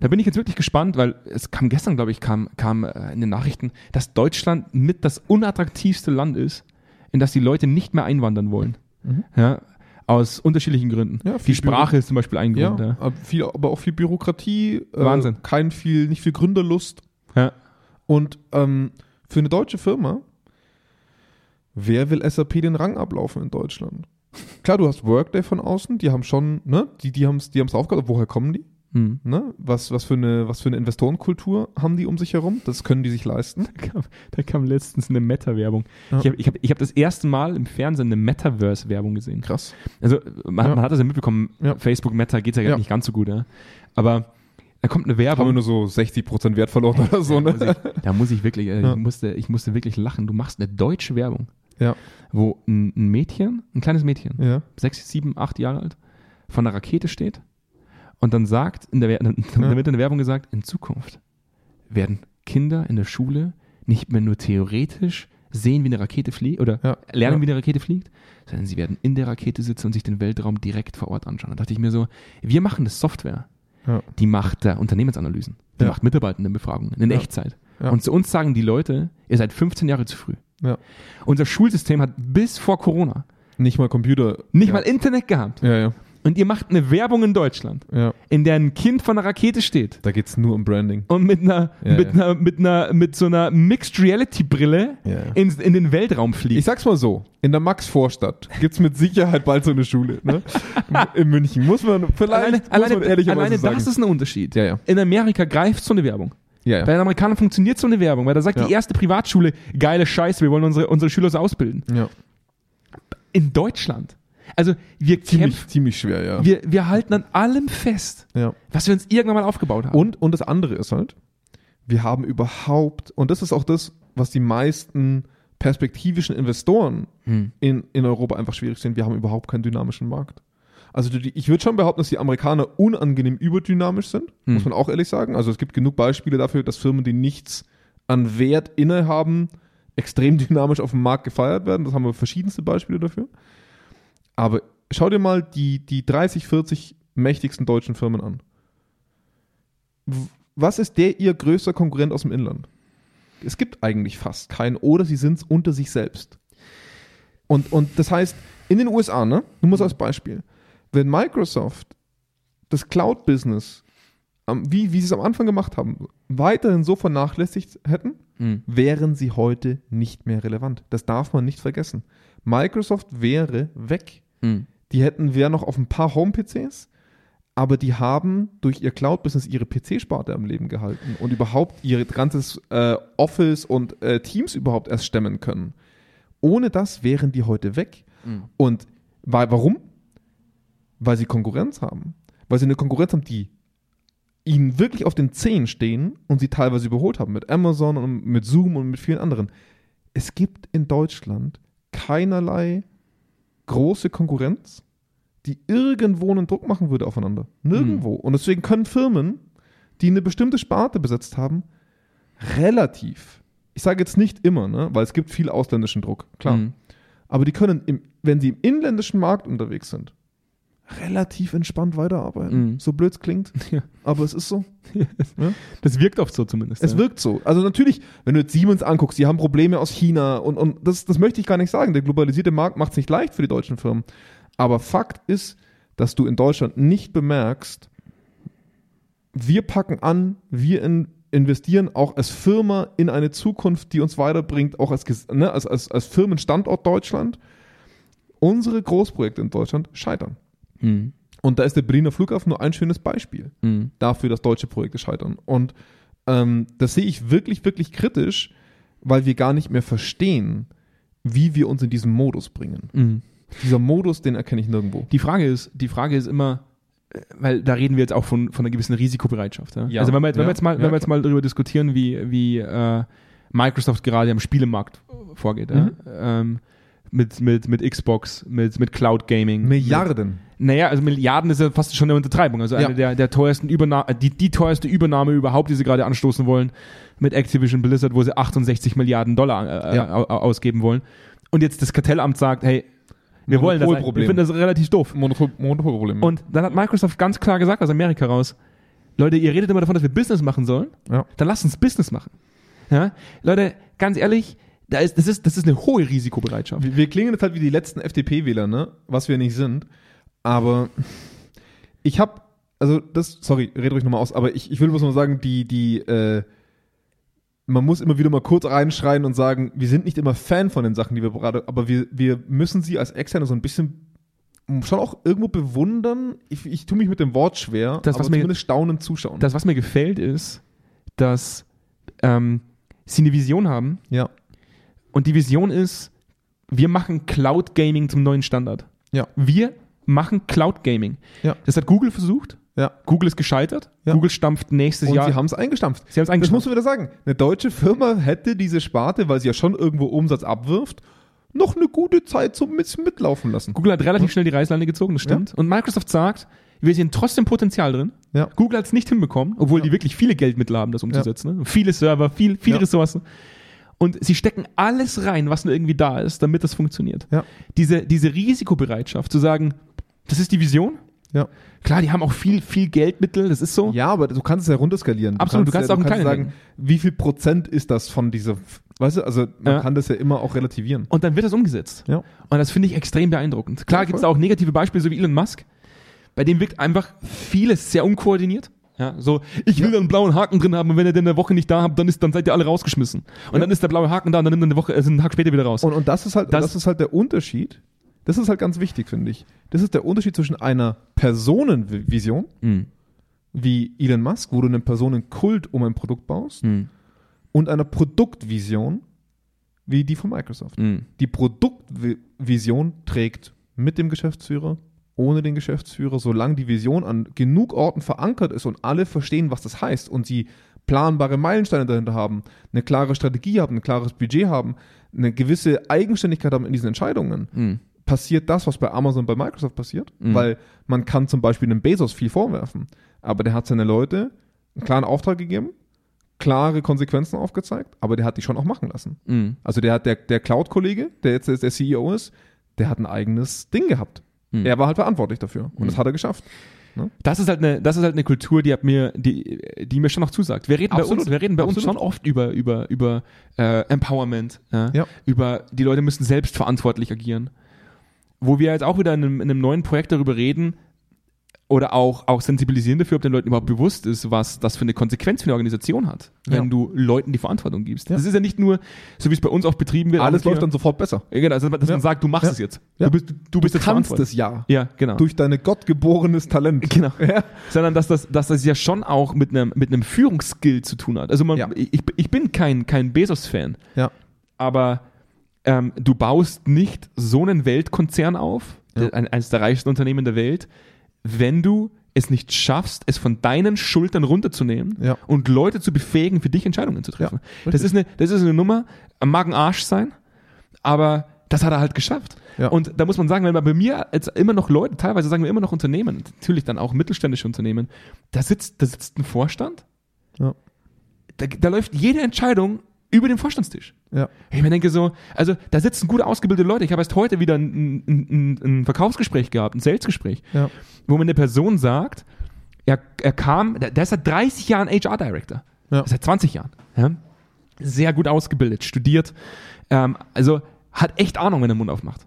S1: Da bin ich jetzt wirklich gespannt, weil es kam gestern, glaube ich, kam, kam äh, in den Nachrichten, dass Deutschland mit das unattraktivste Land ist, in das die Leute nicht mehr einwandern wollen.
S2: Mhm.
S1: Ja, aus unterschiedlichen Gründen.
S2: Ja,
S1: die
S2: viel
S1: Sprache ist zum Beispiel ein
S2: Ja,
S1: Grund. Ja.
S2: aber viel, aber auch viel Bürokratie. äh,
S1: Wahnsinn.
S2: Kein viel, nicht viel Gründerlust.
S1: Ja.
S2: Und ähm, für eine deutsche Firma, wer will SAP den Rang ablaufen in Deutschland? Klar, du hast Workday von außen, die haben schon, ne, die, die haben es die haben's aufgebaut. Woher kommen die?
S1: Hm.
S2: Ne? Was, was, für eine, was für eine Investorenkultur haben die um sich herum? Das können die sich leisten.
S1: [laughs] Da, kam, da kam letztens eine Meta-Werbung.
S2: Ja.
S1: Ich habe ich hab, ich hab das erste Mal im Fernsehen eine Metaverse-Werbung gesehen.
S2: Krass.
S1: Also man,
S2: Ja.
S1: man hat das ja mitbekommen,
S2: Ja.
S1: Facebook Meta geht ja,
S2: Ja.
S1: nicht ganz so gut, ja. Aber da kommt eine
S2: Haben wir
S1: Werbung.
S2: nur so 60% Wert verloren oder so,
S1: da, muss
S2: ne?
S1: ich, da muss ich wirklich, äh,
S2: Ja.
S1: ich, musste, ich musste wirklich lachen. Du machst eine deutsche Werbung,
S2: Ja.
S1: wo ein, ein Mädchen, ein kleines Mädchen,
S2: [laughs] Ja.
S1: sechs, sieben, acht Jahre alt, von einer Rakete steht und dann sagt, in der, Wer- da wird in der Werbung gesagt, in Zukunft werden Kinder in der Schule nicht mehr nur theoretisch sehen, wie eine Rakete fliegt oder
S2: Ja.
S1: lernen,
S2: Ja.
S1: wie eine Rakete fliegt, sondern sie werden in der Rakete sitzen und sich den Weltraum direkt vor Ort anschauen. Da dachte ich mir so, wir machen das Software,
S2: Ja.
S1: die macht äh, Unternehmensanalysen, die
S2: Ja.
S1: macht Mitarbeitendenbefragungen in
S2: Ja.
S1: Echtzeit.
S2: Ja.
S1: Und zu uns sagen die Leute, ihr seid 15 Jahre zu früh.
S2: Ja.
S1: Unser Schulsystem hat bis vor Corona
S2: Nicht mal Computer.
S1: nicht
S2: ja.
S1: mal Internet gehabt.
S2: Ja, ja,
S1: Und ihr macht eine Werbung in Deutschland,
S2: ja.
S1: in der ein Kind von einer Rakete steht
S2: Da geht es nur um Branding.
S1: und mit einer,
S2: Ja,
S1: mit,
S2: ja.
S1: einer mit einer, mit so einer Mixed Reality Brille
S2: Ja, ja.
S1: ins- in den Weltraum
S2: Ich
S1: fliegt.
S2: sag's mal so, in der Max-Vorstadt gibt's mit Sicherheit bald so eine Schule,
S1: [laughs]
S2: ne? In München. Muss man vielleicht muss man ehrlicherweise
S1: alleine
S2: sagen.
S1: das ist ein Unterschied.
S2: ja, ja.
S1: In Amerika greift so eine Werbung.
S2: ja, ja.
S1: Bei den Amerikanern funktioniert so eine Werbung, weil da sagt
S2: Ja.
S1: die erste Privatschule, geile Scheiße, wir wollen unsere, unsere Schüler so ausbilden.
S2: ja.
S1: In Deutschland. Also wir
S2: Ziemlich,
S1: kämpfen,
S2: ziemlich schwer, ja.
S1: wir, wir halten an allem fest,
S2: ja.
S1: was wir uns irgendwann mal aufgebaut haben.
S2: Und, und das andere ist halt, wir haben überhaupt, und das ist auch das, was die meisten perspektivischen Investoren
S1: Hm.
S2: in, in Europa einfach schwierig sind, wir haben überhaupt keinen dynamischen Markt. Also die, ich würde schon behaupten, dass die Amerikaner unangenehm überdynamisch sind,
S1: Hm.
S2: muss man auch ehrlich sagen. Also es gibt genug Beispiele dafür, dass Firmen, die nichts an Wert innehaben, extrem [laughs] dynamisch auf dem Markt gefeiert werden. Das haben wir verschiedenste Beispiele dafür. Aber schau dir mal die, die 30, 40 mächtigsten deutschen Firmen an. W- Was ist der ihr größter Konkurrent aus dem Inland? Es gibt eigentlich fast keinen oder sie sind es unter sich selbst. Und, und das heißt, in den USA, ne? Nur mal so als Beispiel. Wenn Microsoft das Cloud-Business, am- wie, wie sie es am Anfang gemacht haben, weiterhin so vernachlässigt hätten,
S1: Hm.
S2: wären sie heute nicht mehr relevant. Das darf man nicht vergessen. Microsoft wäre weg.
S1: Hm.
S2: Die hätten, wären noch auf ein paar Home-PCs, aber die haben durch ihr Cloud-Business ihre PC-Sparte am Leben gehalten und überhaupt ihr ganzes äh, Office und äh, Teams überhaupt erst stemmen können. Ohne das wären die heute weg.
S1: Mhm.
S2: Und wa- warum? Weil sie Konkurrenz haben. Weil sie eine Konkurrenz haben, die ihnen wirklich auf den Zehen stehen und sie teilweise überholt haben mit Amazon und mit Zoom und mit vielen anderen. Es gibt in Deutschland keinerlei große Konkurrenz, die irgendwo einen Druck machen würde aufeinander. Nirgendwo. Und deswegen können Firmen, die eine bestimmte Sparte besetzt haben, relativ, ich sage jetzt nicht immer, ne, weil es gibt viel ausländischen Druck, klar.
S1: Hm. [laughs]
S2: Aber die können, im, wenn sie im inländischen Markt unterwegs sind, relativ entspannt weiterarbeiten.
S1: Mhm.
S2: So blöd es klingt,
S1: [laughs] Ja.
S2: aber es ist so.
S1: Das wirkt oft so zumindest.
S2: Es
S1: ja.
S2: wirkt so. Also natürlich, wenn du jetzt Siemens anguckst, die haben Probleme aus China und, und das, das möchte ich gar nicht sagen. Der globalisierte Markt macht es nicht leicht für die deutschen Firmen. Aber Fakt ist, dass du in Deutschland nicht bemerkst, wir packen an, wir in, investieren auch als Firma in eine Zukunft, die uns weiterbringt, auch als, Ges- ne, als, als, als Firmenstandort Deutschland. Unsere Großprojekte in Deutschland scheitern.
S1: Hm.
S2: Und da ist der Berliner Flughafen nur ein schönes Beispiel
S1: Hm.
S2: dafür, dass deutsche Projekte scheitern. Und ähm, das sehe ich wirklich, wirklich kritisch, weil wir gar nicht mehr verstehen, wie wir uns in diesen Modus bringen.
S1: Mhm.
S2: Dieser Modus, den erkenne ich nirgendwo.
S1: Die Frage ist, die Frage ist immer, äh, weil da reden wir jetzt auch von, von einer gewissen Risikobereitschaft. Ja?
S2: Ja.
S1: Also wenn wir, jetzt- wenn
S2: Ja.
S1: wir jetzt mal, wenn
S2: Ja,
S1: wir jetzt mal darüber diskutieren, wie, wie äh, Microsoft gerade am Spielemarkt vorgeht,
S2: Mhm.
S1: ja? ähm, mit, mit, mit Xbox, mit, mit Cloud Gaming.
S2: Milliarden.
S1: Mit, naja, also Milliarden ist ja fast schon eine Untertreibung. Also
S2: Ja.
S1: eine der, der teuersten Übernahme, die, die teuerste Übernahme überhaupt, die sie gerade anstoßen wollen, mit Activision Blizzard, wo sie 68 Milliarden Dollar äh,
S2: Ja.
S1: au- au- ausgeben wollen. Und jetzt das Kartellamt sagt, hey, wir wollen das, wir
S2: Monopolproblem.
S1: finden das relativ doof.
S2: Monopol Monopolproblem.
S1: Und dann hat Microsoft ganz klar gesagt aus Amerika raus, Leute, ihr redet immer davon, dass wir Business machen sollen,
S2: ja.
S1: dann lasst uns Business machen. Ja? Leute, ganz ehrlich, da ist, das, ist, das ist eine hohe Risikobereitschaft.
S2: Wir, wir klingen jetzt halt wie die letzten FDP-Wähler, ne? Was wir nicht sind. Aber ich habe, also das, sorry, red ruhig nochmal aus, aber ich, ich will bloß mal sagen, die, die, äh, man muss immer wieder mal kurz reinschreien und sagen, wir sind nicht immer Fan von den Sachen, die wir gerade, aber wir, wir müssen sie als Externe so ein bisschen schon auch irgendwo bewundern. Ich, ich tue mich mit dem Wort schwer,
S1: Das,
S2: aber
S1: was mir-
S2: zumindest staunend zuschauen.
S1: Das, was mir gefällt, ist, dass ähm, sie eine Vision haben
S2: ja,
S1: und die Vision ist, wir machen Cloud Gaming zum neuen Standard.
S2: Ja.
S1: Wir machen Cloud Gaming.
S2: Ja.
S1: Das hat Google versucht.
S2: Ja.
S1: Google ist gescheitert.
S2: Ja.
S1: Google stampft nächstes
S2: und
S1: Jahr.
S2: sie haben es eingestampft.
S1: sie haben es
S2: Das
S1: eigentlich
S2: muss man wieder sagen. Eine deutsche Firma hätte diese Sparte, weil sie ja schon irgendwo Umsatz abwirft, noch eine gute Zeit so ein bisschen mitlaufen lassen.
S1: Google hat relativ schnell die Reißleine gezogen, das stimmt. Und Microsoft sagt, wir sehen trotzdem Potenzial drin.
S2: Ja.
S1: Google hat es nicht hinbekommen, obwohl die wirklich viele Geldmittel haben, das umzusetzen. Ne? Viele Server, viel, viele
S2: Ja.
S1: Ressourcen. Und sie stecken alles rein, was nur irgendwie da ist, damit das funktioniert.
S2: Ja.
S1: Diese, diese Risikobereitschaft zu sagen, das ist die Vision.
S2: Ja.
S1: Klar, die haben auch viel, viel Geldmittel, das ist so.
S2: ja, aber du kannst es ja runterskalieren.
S1: Absolut, du kannst
S2: ja,
S1: auch einen kleinen
S2: sagen, wie viel Prozent ist das von dieser, weißt du, also man
S1: Ja.
S2: kann das ja immer auch relativieren.
S1: Und dann wird das umgesetzt.
S2: Ja.
S1: Und das finde ich extrem beeindruckend. Klar
S2: Ja,
S1: gibt es
S2: voll.
S1: auch negative Beispiele, so wie Elon Musk. Bei dem wirkt einfach vieles sehr unkoordiniert. Ja, so, ich will da einen blauen Haken drin haben und wenn ihr den eine Woche nicht da habt, dann, ist, dann seid ihr alle rausgeschmissen. Und dann ist der blaue Haken da und dann nimmt er eine Woche, also einen Tag später wieder raus.
S2: Und, und das ist halt, das,
S1: Das-
S2: ist halt der Unterschied. Das ist halt ganz wichtig, finde ich. Das ist der Unterschied zwischen einer Personenvision,
S1: Mhm.
S2: wie Elon Musk, wo du einen Personenkult um ein Produkt baust,
S1: Mhm.
S2: und einer Produktvision, wie die von Microsoft.
S1: Mhm.
S2: Die Produktvision trägt mit dem Geschäftsführer, ohne den Geschäftsführer, solange die Vision an genug Orten verankert ist und alle verstehen, was das heißt und sie planbare Meilensteine dahinter haben, eine klare Strategie haben, ein klares Budget haben, eine gewisse Eigenständigkeit haben in diesen Entscheidungen,
S1: Mhm.
S2: passiert das, was bei Amazon und bei Microsoft passiert,
S1: Mhm.
S2: weil man kann zum Beispiel einem Bezos viel vorwerfen, aber der hat seine Leute einen klaren Auftrag gegeben, klare Konsequenzen aufgezeigt, aber der hat die schon auch machen lassen.
S1: Mhm.
S2: Also der hat der, der Cloud-Kollege, der jetzt der CEO ist, der hat ein eigenes Ding gehabt.
S1: Mhm.
S2: Er war halt verantwortlich dafür
S1: Hm.
S2: und das hat er geschafft.
S1: Das ist halt eine, das ist halt eine Kultur, die hat mir, die, die mir schon noch zusagt. Wir reden
S2: Absolut.
S1: bei uns, wir reden bei uns
S2: Absolut.
S1: schon oft über, über, über äh, Empowerment, ja?
S2: Ja.
S1: über die Leute müssen selbstverantwortlich agieren. Wo wir jetzt auch wieder in einem, in einem neuen Projekt darüber reden oder auch, auch sensibilisieren dafür, ob den Leuten überhaupt bewusst ist, was das für eine Konsequenz für eine Organisation hat, wenn
S2: Ja.
S1: du Leuten die Verantwortung gibst.
S2: Ja.
S1: Das ist ja nicht nur, so wie es bei uns oft betrieben wird.
S2: Alles
S1: auch
S2: läuft
S1: hier-
S2: dann sofort besser.
S1: Ja, genau, also, dass
S2: Ja.
S1: man sagt, du machst
S2: Ja.
S1: es jetzt.
S2: Ja.
S1: Du bist, du, du bist jetzt
S2: kannst
S1: verantwortlich.
S2: es ja
S1: Ja, genau.
S2: durch dein gottgeborenes Talent.
S1: Genau.
S2: [laughs] Ja.
S1: Sondern dass das, dass das ja schon auch mit einem, mit einem Führungsskill zu tun hat. Also man,
S2: Ja.
S1: ich, ich bin kein, kein Bezos-Fan,
S2: Ja.
S1: aber ähm, du baust nicht so einen Weltkonzern auf,
S2: Ja.
S1: der- ein, eines der reichsten Unternehmen der Welt, wenn du es nicht schaffst, es von deinen Schultern runterzunehmen
S2: Ja.
S1: und Leute zu befähigen, für dich Entscheidungen zu treffen.
S2: richtig.
S1: das, ist eine, das ist eine Nummer, mag ein Arsch sein, aber das hat er halt geschafft.
S2: Ja.
S1: Und da muss man sagen, wenn man bei mir jetzt immer noch Leute, teilweise sagen wir immer noch Unternehmen, natürlich dann auch mittelständische Unternehmen, da sitzt, da sitzt ein Vorstand,
S2: Ja.
S1: da, da läuft jede Entscheidung über den Vorstandstisch.
S2: Ja.
S1: Ich mir denke so, also da sitzen gut ausgebildete Leute. Ich habe erst heute wieder ein, ein, ein, ein Verkaufsgespräch gehabt, ein Salesgespräch,
S2: Ja.
S1: wo mir eine Person sagt, er, er kam, der der ist seit 30 Jahren HR-Director.
S2: Ja.
S1: Seit 20 Jahren. Ja? Sehr gut ausgebildet, studiert. Ähm, also hat echt Ahnung, wenn er den Mund aufmacht.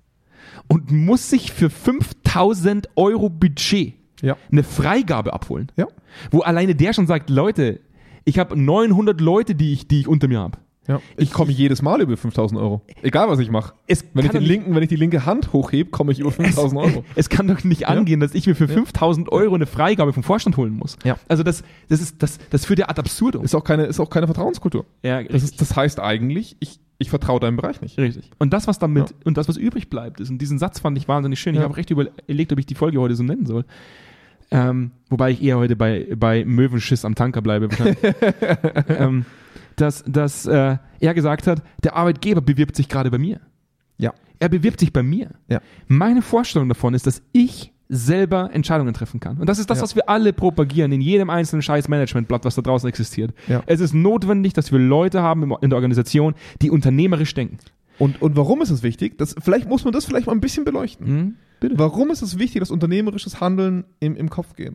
S1: Und muss sich für 5000 Euro Budget
S2: Ja.
S1: eine Freigabe abholen.
S2: Ja.
S1: Wo alleine der schon sagt, Leute, ich habe 900 Leute, die ich, die ich unter mir habe.
S2: Ja. Ich komme jedes Mal über 5000 Euro. Egal, was ich mache.
S1: Es
S2: Wenn ich,
S1: kann
S2: den
S1: doch nicht-
S2: linken, wenn ich die linke Hand hochhebe,
S1: [laughs]
S2: komme ich über 5000 Euro.
S1: Es kann doch nicht angehen, dass ich mir für 5000 Euro eine Freigabe vom Vorstand holen muss.
S2: Ja.
S1: Also das, das ist, das, das führt ja ad absurdum.
S2: Ist auch keine, ist auch keine Vertrauenskultur.
S1: ja,
S2: Das, ist, das heißt eigentlich, ich, Ich vertraue deinem Bereich nicht.
S1: Richtig. Und das, was damit,
S2: Ja.
S1: und das, was übrig bleibt, ist, und diesen Satz fand ich wahnsinnig schön. Ich
S2: Ja.
S1: habe recht überlegt, ob ich die Folge heute so nennen soll. Ähm, wobei ich eher heute bei, bei Möwenschiss am Tanker bleibe. wahrscheinlich. [laughs] ähm, dass dass äh, er gesagt hat, der Arbeitgeber bewirbt sich gerade bei mir.
S2: Ja.
S1: Er bewirbt sich bei mir.
S2: Ja.
S1: Meine Vorstellung davon ist, dass ich selber Entscheidungen treffen kann. Und das ist das,
S2: Ja.
S1: was wir alle propagieren in jedem einzelnen scheiß Managementblatt, was da draußen existiert.
S2: Ja.
S1: Es ist notwendig, dass wir Leute haben im- in der Organisation, die unternehmerisch denken.
S2: Und, und warum ist es wichtig? Das, vielleicht muss man das vielleicht mal ein bisschen beleuchten. Warum ist es wichtig, dass unternehmerisches Handeln im, im Kopf geht?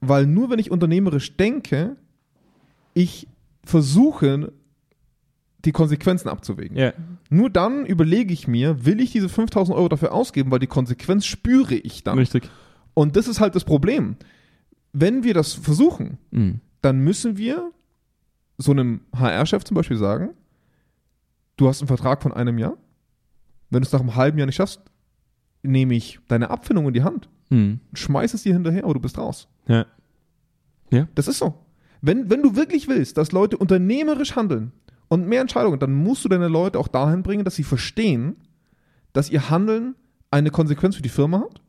S2: Weil nur wenn ich unternehmerisch denke, ich versuche, die Konsequenzen abzuwägen.
S1: Ja.
S2: Nur dann überlege ich mir, will ich diese 5000 Euro dafür ausgeben, weil die Konsequenz spüre ich dann.
S1: Richtig.
S2: Und das ist halt das Problem. Wenn wir das versuchen,
S1: Mhm.
S2: dann müssen wir so einem HR-Chef zum Beispiel sagen, du hast einen Vertrag von einem Jahr, wenn du es nach einem halben Jahr nicht schaffst, nehme ich deine Abfindung in die Hand,
S1: Mhm.
S2: schmeiß es dir hinterher, aber du bist raus.
S1: Ja.
S2: Das ist so. Wenn, wenn du wirklich willst, dass Leute unternehmerisch handeln und mehr Entscheidungen, dann musst du deine Leute auch dahin bringen, dass sie verstehen, dass ihr Handeln eine Konsequenz für die Firma hat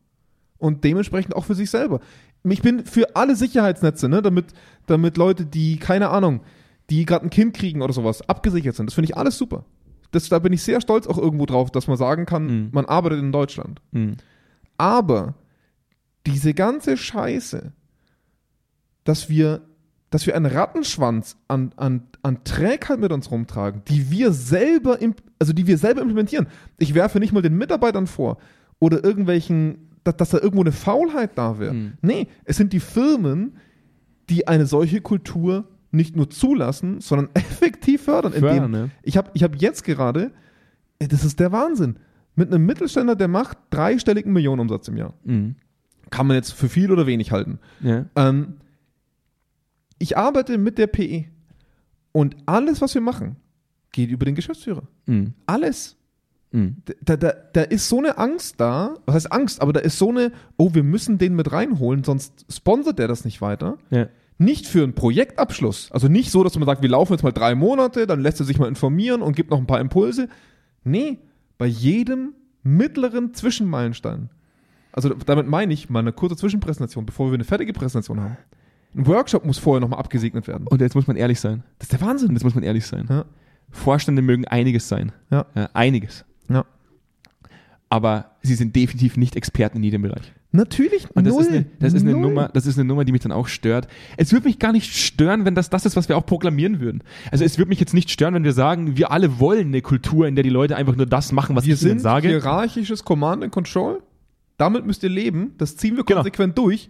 S2: und dementsprechend auch für sich selber. Ich bin für alle Sicherheitsnetze, ne, damit, damit Leute, die, keine Ahnung, die gerade ein Kind kriegen oder sowas, abgesichert sind. Das finde ich alles super. Das, da bin ich sehr stolz auch irgendwo drauf, dass man sagen kann,
S1: Mhm.
S2: man arbeitet in Deutschland. Aber diese ganze Scheiße, dass wir, dass wir einen Rattenschwanz an, an, an Trägheit mit uns rumtragen, die wir selber, imp- also die wir selber implementieren. Ich werfe nicht mal den Mitarbeitern vor oder irgendwelchen, dass, dass da irgendwo eine Faulheit da wäre.
S1: Mhm.
S2: Nee, es sind die Firmen, die eine solche Kultur nicht nur zulassen, sondern [laughs] effektiv fördern.
S1: Fördern,
S2: indem,
S1: ne?
S2: Ich habe ich hab jetzt gerade, ey, das ist der Wahnsinn, mit einem Mittelständler, der macht dreistelligen Millionenumsatz im Jahr. Kann man jetzt für viel oder wenig halten.
S1: Ja.
S2: Ähm, ich arbeite mit der PE und alles, was wir machen, geht über den Geschäftsführer.
S1: Mhm.
S2: Alles. D- Da, da, da ist so eine Angst da, was heißt Angst, aber da ist so eine, oh, wir müssen den mit reinholen, sonst sponsert der das nicht weiter.
S1: Ja.
S2: Nicht für einen Projektabschluss. Also nicht so, dass man sagt, wir laufen jetzt mal drei Monate, dann lässt er sich mal informieren und gibt noch ein paar Impulse. Nee, bei jedem mittleren Zwischenmeilenstein. Also damit meine ich mal eine kurze Zwischenpräsentation, bevor wir eine fertige Präsentation haben. Ein Workshop muss vorher nochmal abgesegnet werden.
S1: Und jetzt muss man ehrlich sein.
S2: Das ist der Wahnsinn.
S1: Jetzt muss man ehrlich sein.
S2: Ja.
S1: Vorstände mögen einiges sein.
S2: Ja.
S1: einiges.
S2: Ja.
S1: Aber sie sind definitiv nicht Experten in jedem Bereich.
S2: Natürlich
S1: Und das
S2: null.
S1: ist eine, das ist eine
S2: Null.
S1: Nummer, das ist eine Nummer, die mich dann auch stört. Es würde mich gar nicht stören, wenn das das ist, was wir auch proklamieren würden. Also es würde mich jetzt nicht stören, wenn wir sagen, wir alle wollen eine Kultur, in der die Leute einfach nur das machen, was
S2: Wir
S1: ich ihnen
S2: sind
S1: sage.
S2: hierarchisches Command and Control. Damit müsst ihr leben. Das ziehen wir
S1: Genau.
S2: konsequent durch.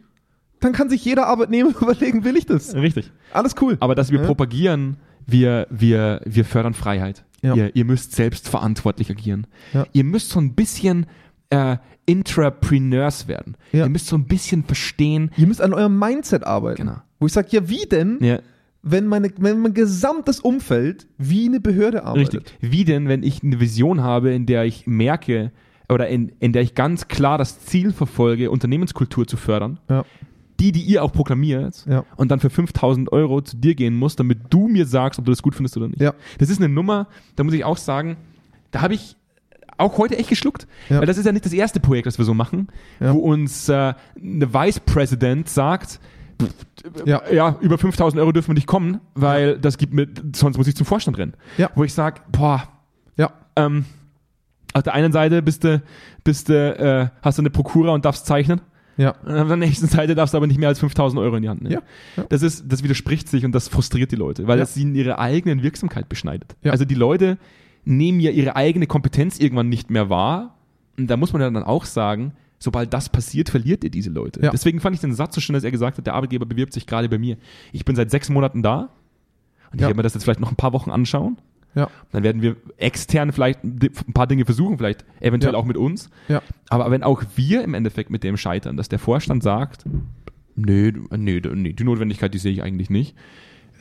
S2: Dann kann sich jeder Arbeitnehmer [laughs] überlegen, will ich das?
S1: Richtig.
S2: Alles cool.
S1: Aber dass wir
S2: Ja.
S1: propagieren, wir, wir, wir fördern Freiheit.
S2: Ja.
S1: Ihr, ihr müsst selbstverantwortlich agieren.
S2: Ja.
S1: Ihr müsst so ein bisschen äh, Intrapreneurs werden.
S2: Ja.
S1: Ihr müsst so ein bisschen verstehen.
S2: Ihr müsst an eurem Mindset arbeiten.
S1: Genau.
S2: Wo ich sage, ja, wie denn,
S1: Ja,
S2: wenn, meine, wenn mein gesamtes Umfeld wie eine Behörde arbeitet?
S1: richtig. Wie denn, wenn ich eine Vision habe, in der ich merke oder in, in der ich ganz klar das Ziel verfolge, Unternehmenskultur zu fördern,
S2: Ja.
S1: die, die ihr auch proklamiert,
S2: Ja.
S1: und dann für 5000 Euro zu dir gehen muss, damit du mir sagst, ob du das gut findest oder nicht.
S2: Ja.
S1: Das ist eine Nummer, da muss ich auch sagen, da habe ich auch heute echt geschluckt.
S2: Ja.
S1: Weil das ist ja nicht das erste Projekt, das wir so machen,
S2: Ja.
S1: wo uns äh, eine Vice President sagt,
S2: Ja.
S1: ja, über 5000 Euro dürfen wir nicht kommen, weil das gibt mir, sonst muss ich zum Vorstand rennen.
S2: Ja.
S1: Wo ich sage, boah,
S2: Ja.
S1: ähm, auf der einen Seite bist du, bist du, äh, hast du eine Prokura und darfst zeichnen.
S2: Ja.
S1: Und auf der nächsten Seite darfst du aber nicht mehr als 5000 Euro in die Hand nehmen.
S2: Ja, ja.
S1: Das, ist, das widerspricht sich und das frustriert die Leute, weil
S2: Ja.
S1: das ihnen ihre eigene Wirksamkeit beschneidet.
S2: Ja.
S1: Also die Leute nehmen ja ihre eigene Kompetenz irgendwann nicht mehr wahr. Und da muss man ja dann auch sagen, sobald das passiert, verliert ihr diese Leute.
S2: Ja.
S1: Deswegen fand ich den Satz so schön, dass er gesagt hat, der Arbeitgeber bewirbt sich gerade bei mir. Ich bin seit sechs Monaten da. Und ich
S2: Ja.
S1: werde mir das jetzt vielleicht noch ein paar Wochen anschauen.
S2: Ja.
S1: Dann werden wir extern vielleicht ein paar Dinge versuchen, vielleicht eventuell
S2: Ja.
S1: auch mit uns.
S2: Ja.
S1: Aber wenn auch wir im Endeffekt mit dem scheitern, dass der Vorstand sagt, nee, du- äh, nee, du- nee die Notwendigkeit, die sehe ich eigentlich nicht,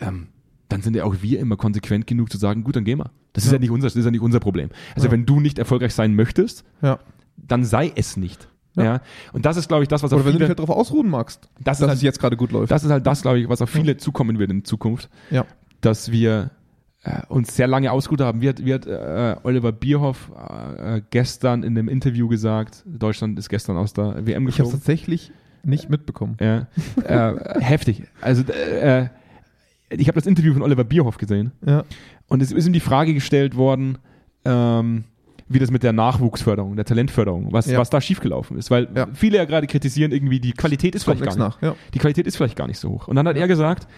S1: ähm, dann sind ja auch wir immer konsequent genug zu sagen, gut, dann gehen wir. Das ist ja,
S2: Ja.
S1: nicht unser, das ist ja nicht unser Problem. Also
S2: Ja.
S1: wenn du nicht erfolgreich sein möchtest,
S2: Ja.
S1: dann sei es nicht. Ja.
S2: Ja.
S1: Und das ist, glaube ich, das, was auf
S2: Oder wenn du
S1: viele,
S2: dich halt darauf ausruhen magst,
S1: Das ist
S2: dass
S1: halt-
S2: es jetzt gerade gut läuft.
S1: das ist halt das, glaube ich, was auf viele zukommen wird in Zukunft,
S2: ja.
S1: dass wir äh, uns sehr lange ausgeruht haben. Wie hat, wie hat äh, Oliver Bierhoff äh, äh, gestern in einem Interview gesagt, Deutschland ist gestern aus der WM
S2: Ich habe
S1: geflogen.
S2: tatsächlich nicht mitbekommen.
S1: Ja.
S2: [laughs]
S1: äh, heftig. Also äh, ich habe das Interview von Oliver Bierhoff gesehen
S2: Ja.
S1: und es ist ihm die Frage gestellt worden, ähm, wie das mit der Nachwuchsförderung, der Talentförderung, was,
S2: Ja.
S1: was da schiefgelaufen ist. Weil
S2: Ja.
S1: viele ja gerade kritisieren, irgendwie die Qualität ist
S2: Kommt
S1: vielleicht gar
S2: nichts
S1: nicht.
S2: nach. Ja.
S1: Die Qualität ist vielleicht gar nicht so hoch. Und dann hat er gesagt,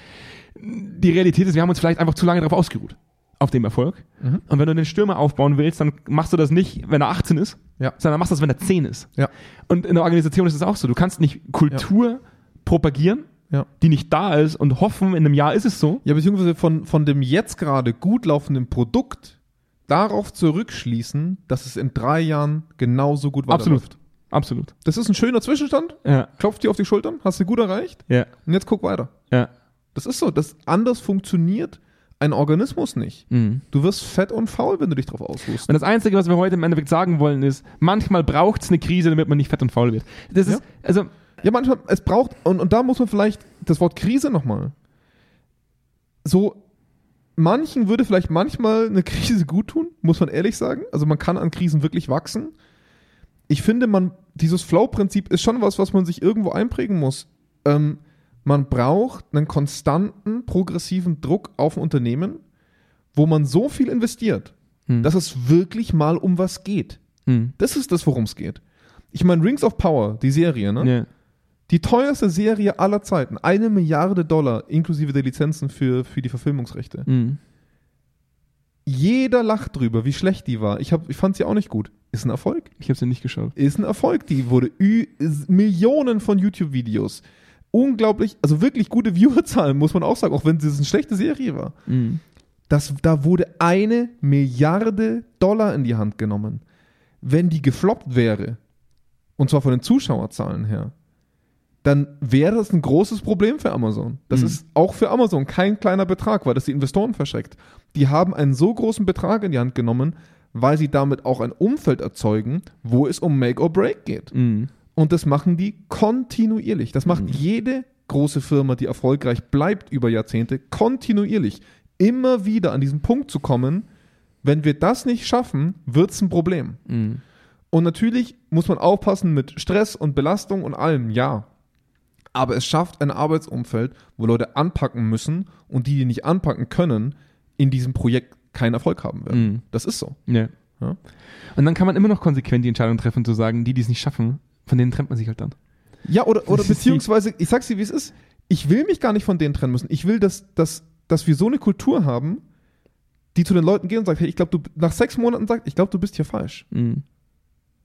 S1: die Realität ist, wir haben uns vielleicht einfach zu lange darauf ausgeruht, auf dem Erfolg.
S2: Mhm.
S1: Und wenn du den Stürmer aufbauen willst, dann machst du das nicht, wenn er 18 ist,
S2: Ja.
S1: sondern machst du das, wenn er 10 ist.
S2: Ja.
S1: Und in der Organisation ist es auch so. Du kannst nicht Kultur propagieren,
S2: Ja.
S1: die nicht da ist und hoffen, in einem Jahr ist es so.
S2: Ja, beziehungsweise von, von dem jetzt gerade gut laufenden Produkt darauf zurückschließen, dass es in drei Jahren genauso gut weiterläuft.
S1: Absolut. Absolut.
S2: Das ist ein schöner Zwischenstand.
S1: Ja.
S2: Klopft dir auf die Schultern, hast du gut erreicht
S1: Ja.
S2: und jetzt guck weiter.
S1: Ja.
S2: Das ist so. Das anders funktioniert ein Organismus nicht.
S1: Mhm.
S2: Du wirst fett und faul, wenn du dich drauf ausruhst.
S1: Und das Einzige, was wir heute im Endeffekt sagen wollen, ist, manchmal braucht es eine Krise, damit man nicht fett und faul wird. Das ist,
S2: Ja.
S1: also,
S2: Ja, manchmal, es braucht, und, und da muss man vielleicht das Wort Krise nochmal. So, manchen würde vielleicht manchmal eine Krise gut tun, muss man ehrlich sagen. Also man kann an Krisen wirklich wachsen. Ich finde, man, dieses Flow-Prinzip ist schon was, was man sich irgendwo einprägen muss. Ähm, man braucht einen konstanten, progressiven Druck auf ein Unternehmen, wo man so viel investiert,
S1: Hm.
S2: dass es wirklich mal um was geht.
S1: mhm.
S2: Das ist das, worum es geht. Ich meine, Rings of Power, die Serie, ne?
S1: ja.
S2: Die teuerste Serie aller Zeiten. Eine Milliarde Dollar inklusive der Lizenzen für, für die Verfilmungsrechte.
S1: Mhm.
S2: Jeder lacht drüber, wie schlecht die war. Ich, hab, ich fand sie auch nicht gut. Ist ein Erfolg.
S1: ich habe es ja nicht geschaut.
S2: Ist ein Erfolg. Die wurde ü ist Millionen von YouTube-Videos. Unglaublich, also wirklich gute Viewerzahlen, muss man auch sagen, auch wenn es eine schlechte Serie war.
S1: Mhm.
S2: Das, da wurde eine Milliarde Dollar in die Hand genommen. Wenn die gefloppt wäre, und zwar von den Zuschauerzahlen her, dann wäre das ein großes Problem für Amazon. Das
S1: Mhm.
S2: ist auch für Amazon kein kleiner Betrag, weil das die Investoren verschreckt. Die haben einen so großen Betrag in die Hand genommen, weil sie damit auch ein Umfeld erzeugen, wo es um Make or Break geht.
S1: Mhm.
S2: Und das machen die kontinuierlich. Das macht jede große Firma, die erfolgreich bleibt über Jahrzehnte, kontinuierlich. Immer wieder an diesen Punkt zu kommen, wenn wir das nicht schaffen, wird es ein Problem.
S1: Mhm.
S2: Und natürlich muss man aufpassen mit Stress und Belastung und allem, ja. Aber es schafft ein Arbeitsumfeld, wo Leute anpacken müssen und die, die nicht anpacken können, in diesem Projekt keinen Erfolg haben werden.
S1: Mhm.
S2: Das ist so.
S1: Ja.
S2: Ja.
S1: Und dann kann man immer noch konsequent die Entscheidung treffen, zu sagen, die, die es nicht schaffen, von denen trennt man sich halt dann.
S2: Ja, oder, oder
S1: Das ist die-
S2: beziehungsweise, ich sag's dir, wie es ist. Ich will mich gar nicht von denen trennen müssen. Ich will, dass, dass, dass wir so eine Kultur haben, die zu den Leuten geht und sagt, hey, ich glaube, du nach sechs Monaten sagt, ich glaube, du bist hier falsch.
S1: Mhm,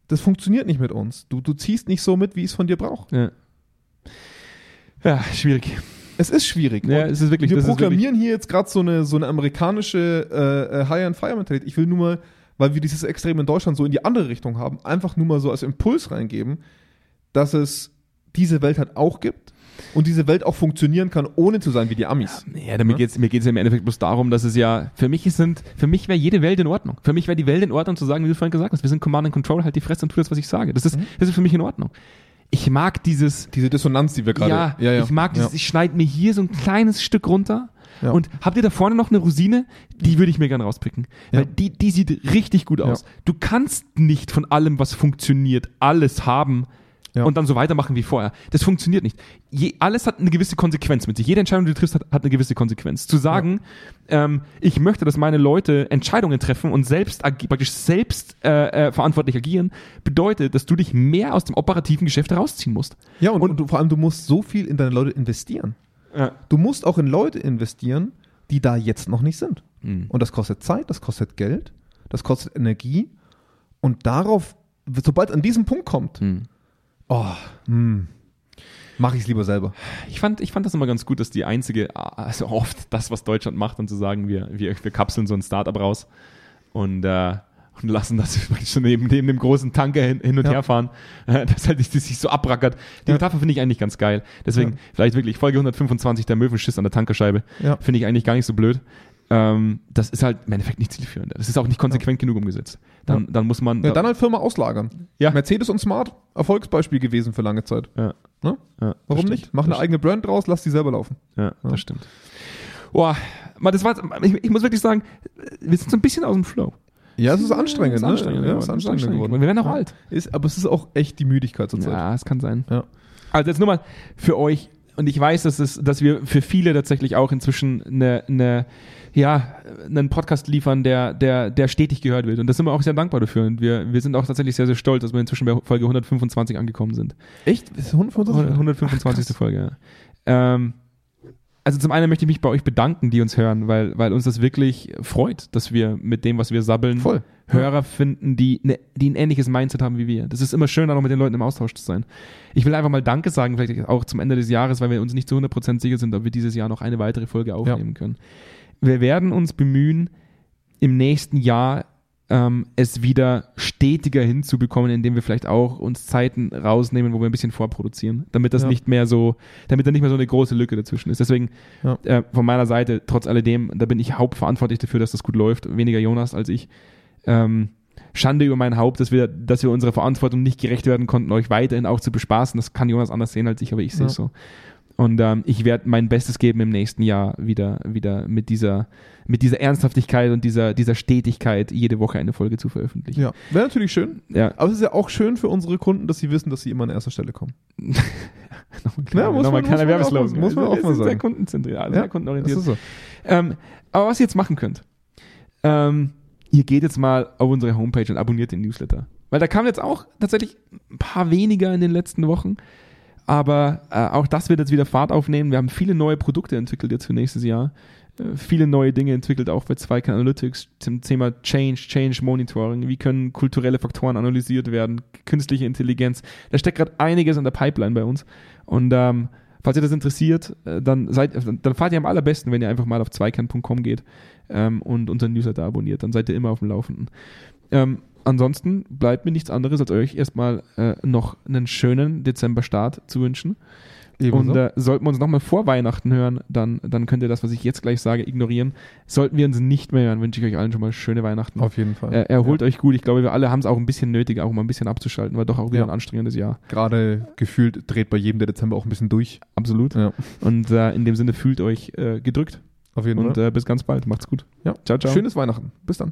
S2: Das funktioniert nicht mit uns. Du, du ziehst nicht so mit, wie ich es von dir brauche.
S1: Ja. ja, schwierig.
S2: Es ist schwierig.
S1: Ja,
S2: Und
S1: es ist wirklich.
S2: wir
S1: das ist wirklich
S2: proklamieren hier jetzt gerade so eine, so eine amerikanische äh, äh, High-and-Fire-Mentalität. Ich will nur mal, weil wir dieses Extrem in Deutschland so in die andere Richtung haben, einfach nur mal so als Impuls reingeben, dass es diese Welt halt auch gibt und diese Welt auch funktionieren kann, ohne zu sein wie die Amis.
S1: ja, damit geht's, mir geht es ja im Endeffekt bloß darum, dass es ja, für mich ist- sind, für mich wäre jede Welt in Ordnung. Für mich wäre die Welt in Ordnung zu sagen, wie du vorhin gesagt hast, wir sind Command and Control, halt die Fresse und tu das, was ich sage. Das ist, das ist für mich in Ordnung. Ich mag dieses,
S2: Diese Dissonanz, die wir gerade.
S1: Ja, ich mag dieses, ich schneide mir hier so ein kleines Stück runter.
S2: Ja. Mhm.
S1: Und habt ihr da vorne noch eine Rosine? Die würde ich mir gern rauspicken.
S2: Ja.
S1: Weil die, die sieht richtig gut aus. Du kannst nicht von allem, was funktioniert, alles haben
S2: Ja.
S1: und dann so weitermachen wie vorher. Das funktioniert nicht. Je, alles hat eine gewisse Konsequenz mit sich. Jede Entscheidung, die du triffst, hat, hat eine gewisse Konsequenz. Zu sagen, ähm, ich möchte, dass meine Leute Entscheidungen treffen und selbst agi- praktisch selbst äh, äh, verantwortlich agieren, bedeutet, dass du dich mehr aus dem operativen Geschäft rausziehen musst.
S2: Ja, und, und, du, vor allem, du musst so viel in deine Leute investieren. Du musst auch in Leute investieren, die da jetzt noch nicht sind. Und das kostet Zeit, das kostet Geld, das kostet Energie. Und darauf, sobald an diesem Punkt kommt,
S1: Mhm.
S2: oh, hm, mache ich es lieber selber.
S1: Ich fand, ich fand das immer ganz gut, dass die einzige, also oft das, was Deutschland macht, dann zu sagen, wir, wir, wir kapseln so ein Startup raus und, äh, und lassen das [laughs] schon neben, neben dem großen Tanker hin, hin und
S2: Ja.
S1: her fahren, [laughs] äh, dass halt das sich so abrackert. Die
S2: Ja.
S1: Metapher finde ich eigentlich ganz geil. Deswegen,
S2: Ja.
S1: vielleicht wirklich, Folge 125, der Möwenschiss an der Tankerscheibe,
S2: Ja.
S1: finde ich eigentlich gar nicht so blöd. Ähm, das ist halt im Endeffekt nicht zielführend. Das ist auch nicht konsequent genug umgesetzt. Dann, dann muss man.
S2: Ja, dann halt Firma auslagern.
S1: Ja.
S2: Mercedes und Smart, Erfolgsbeispiel gewesen für lange Zeit.
S1: Ja.
S2: Ne?
S1: Ja, das
S2: Warum
S1: stimmt.
S2: nicht? Mach eine eigene Brand draus, lass die selber laufen.
S1: Ja,
S2: Ja.
S1: das stimmt. Boah, man, das war, ich, ich muss wirklich sagen, wir sind so ein bisschen aus dem Flow.
S2: Ja, es ist anstrengend.
S1: Ist
S2: ne?
S1: anstrengend
S2: ja,
S1: geworden.
S2: es ist
S1: Ist
S2: anstrengend
S1: anstrengend
S2: geworden.
S1: geworden. Wir werden auch
S2: ja.
S1: alt.
S2: Ist, aber es ist auch echt die Müdigkeit zur Zeit.
S1: Ja, es kann sein.
S2: Ja.
S1: Also jetzt nur mal für euch, und ich weiß, dass, es, dass wir für viele tatsächlich auch inzwischen eine, eine, ja, einen Podcast liefern, der, der, der stetig gehört wird. Und da sind wir auch sehr dankbar dafür. Und wir, wir sind auch tatsächlich sehr, sehr stolz, dass wir inzwischen bei Folge 125 angekommen sind.
S2: Echt? Ist 125?
S1: 125. Folge, ja. Ähm, also zum einen möchte ich mich bei euch bedanken, die uns hören, weil, weil uns das wirklich freut, dass wir mit dem, was wir sabbeln,
S2: Voll.
S1: Hörer finden, die, ne, die ein ähnliches Mindset haben wie wir. Das ist immer schön, da noch mit den Leuten im Austausch zu sein. Ich will einfach mal Danke sagen, vielleicht auch zum Ende des Jahres, weil wir uns nicht zu 100% sicher sind, ob wir dieses Jahr noch eine weitere Folge aufnehmen können. Wir werden uns bemühen, im nächsten Jahr ähm, es wieder stetiger hinzubekommen, indem wir vielleicht auch uns Zeiten rausnehmen, wo wir ein bisschen vorproduzieren, damit das
S2: Ja.
S1: nicht mehr so, damit da nicht mehr so eine große Lücke dazwischen ist. Deswegen
S2: Ja.
S1: äh, von meiner Seite, trotz alledem, da bin ich hauptverantwortlich dafür, dass das gut läuft, weniger Jonas als ich. Ähm, Schande über mein Haupt, dass wir, dass wir unserer Verantwortung nicht gerecht werden konnten, euch weiterhin auch zu bespaßen. Das kann Jonas anders sehen als ich, aber ich sehe es so. Und ähm, ich werde mein Bestes geben im nächsten Jahr wieder, wieder mit dieser, mit dieser Ernsthaftigkeit und dieser, dieser Stetigkeit, jede Woche eine Folge zu veröffentlichen.
S2: Ja. Wäre natürlich schön.
S1: Ja,
S2: Aber es ist ja auch schön für unsere Kunden, dass sie wissen, dass sie immer an erster Stelle kommen.
S1: nochmal
S2: Ja, muss
S1: nochmal
S2: man-
S1: kleiner
S2: muss man auch
S1: Werbeslogan.
S2: mal- muss man
S1: Also,
S2: auch
S1: wir
S2: mal
S1: sind
S2: sagen.
S1: Sehr kundenzentriert, also sehr
S2: Das
S1: kundenorientiert.
S2: ist so.
S1: Ähm, aber was ihr jetzt machen könnt, ähm, ihr geht jetzt mal auf unsere Homepage und abonniert den Newsletter. Weil da kamen jetzt auch tatsächlich ein paar weniger in den letzten Wochen. Aber äh, auch das wird jetzt wieder Fahrt aufnehmen. Wir haben viele neue Produkte entwickelt jetzt für nächstes Jahr. Äh, viele neue Dinge entwickelt, auch bei Zweikern Analytics zum Thema Change, Change Monitoring. Wie können kulturelle Faktoren analysiert werden? Künstliche Intelligenz. Da steckt gerade einiges in der Pipeline bei uns. Und ähm, falls ihr das interessiert, äh, dann, seid, dann dann fahrt ihr am allerbesten, wenn ihr einfach mal auf zweikern.com geht ähm, und unseren Newsletter abonniert. Dann seid ihr immer auf dem Laufenden. Ähm, ansonsten bleibt mir nichts anderes, als euch erstmal äh, noch einen schönen Dezemberstart zu wünschen. Und äh, sollten wir uns nochmal vor Weihnachten hören, dann, dann könnt ihr das, was ich jetzt gleich sage, ignorieren. Sollten wir uns nicht mehr hören, wünsche ich euch allen schon mal schöne Weihnachten.
S2: Auf jeden Fall.
S1: äh, erholt euch gut. Ich glaube, wir alle haben es auch ein bisschen nötig, auch mal ein bisschen abzuschalten, war doch auch wieder
S2: Ja.
S1: ein anstrengendes Jahr.
S2: Gerade gefühlt dreht bei jedem der Dezember auch ein bisschen durch.
S1: Absolut.
S2: Ja.
S1: Und äh, in dem Sinne fühlt euch äh, gedrückt
S2: Auf jeden
S1: und
S2: Fall.
S1: äh, bis ganz bald. Macht's gut.
S2: Genau. Ja.
S1: Ciao, ciao.
S2: Schönes Weihnachten. Bis dann.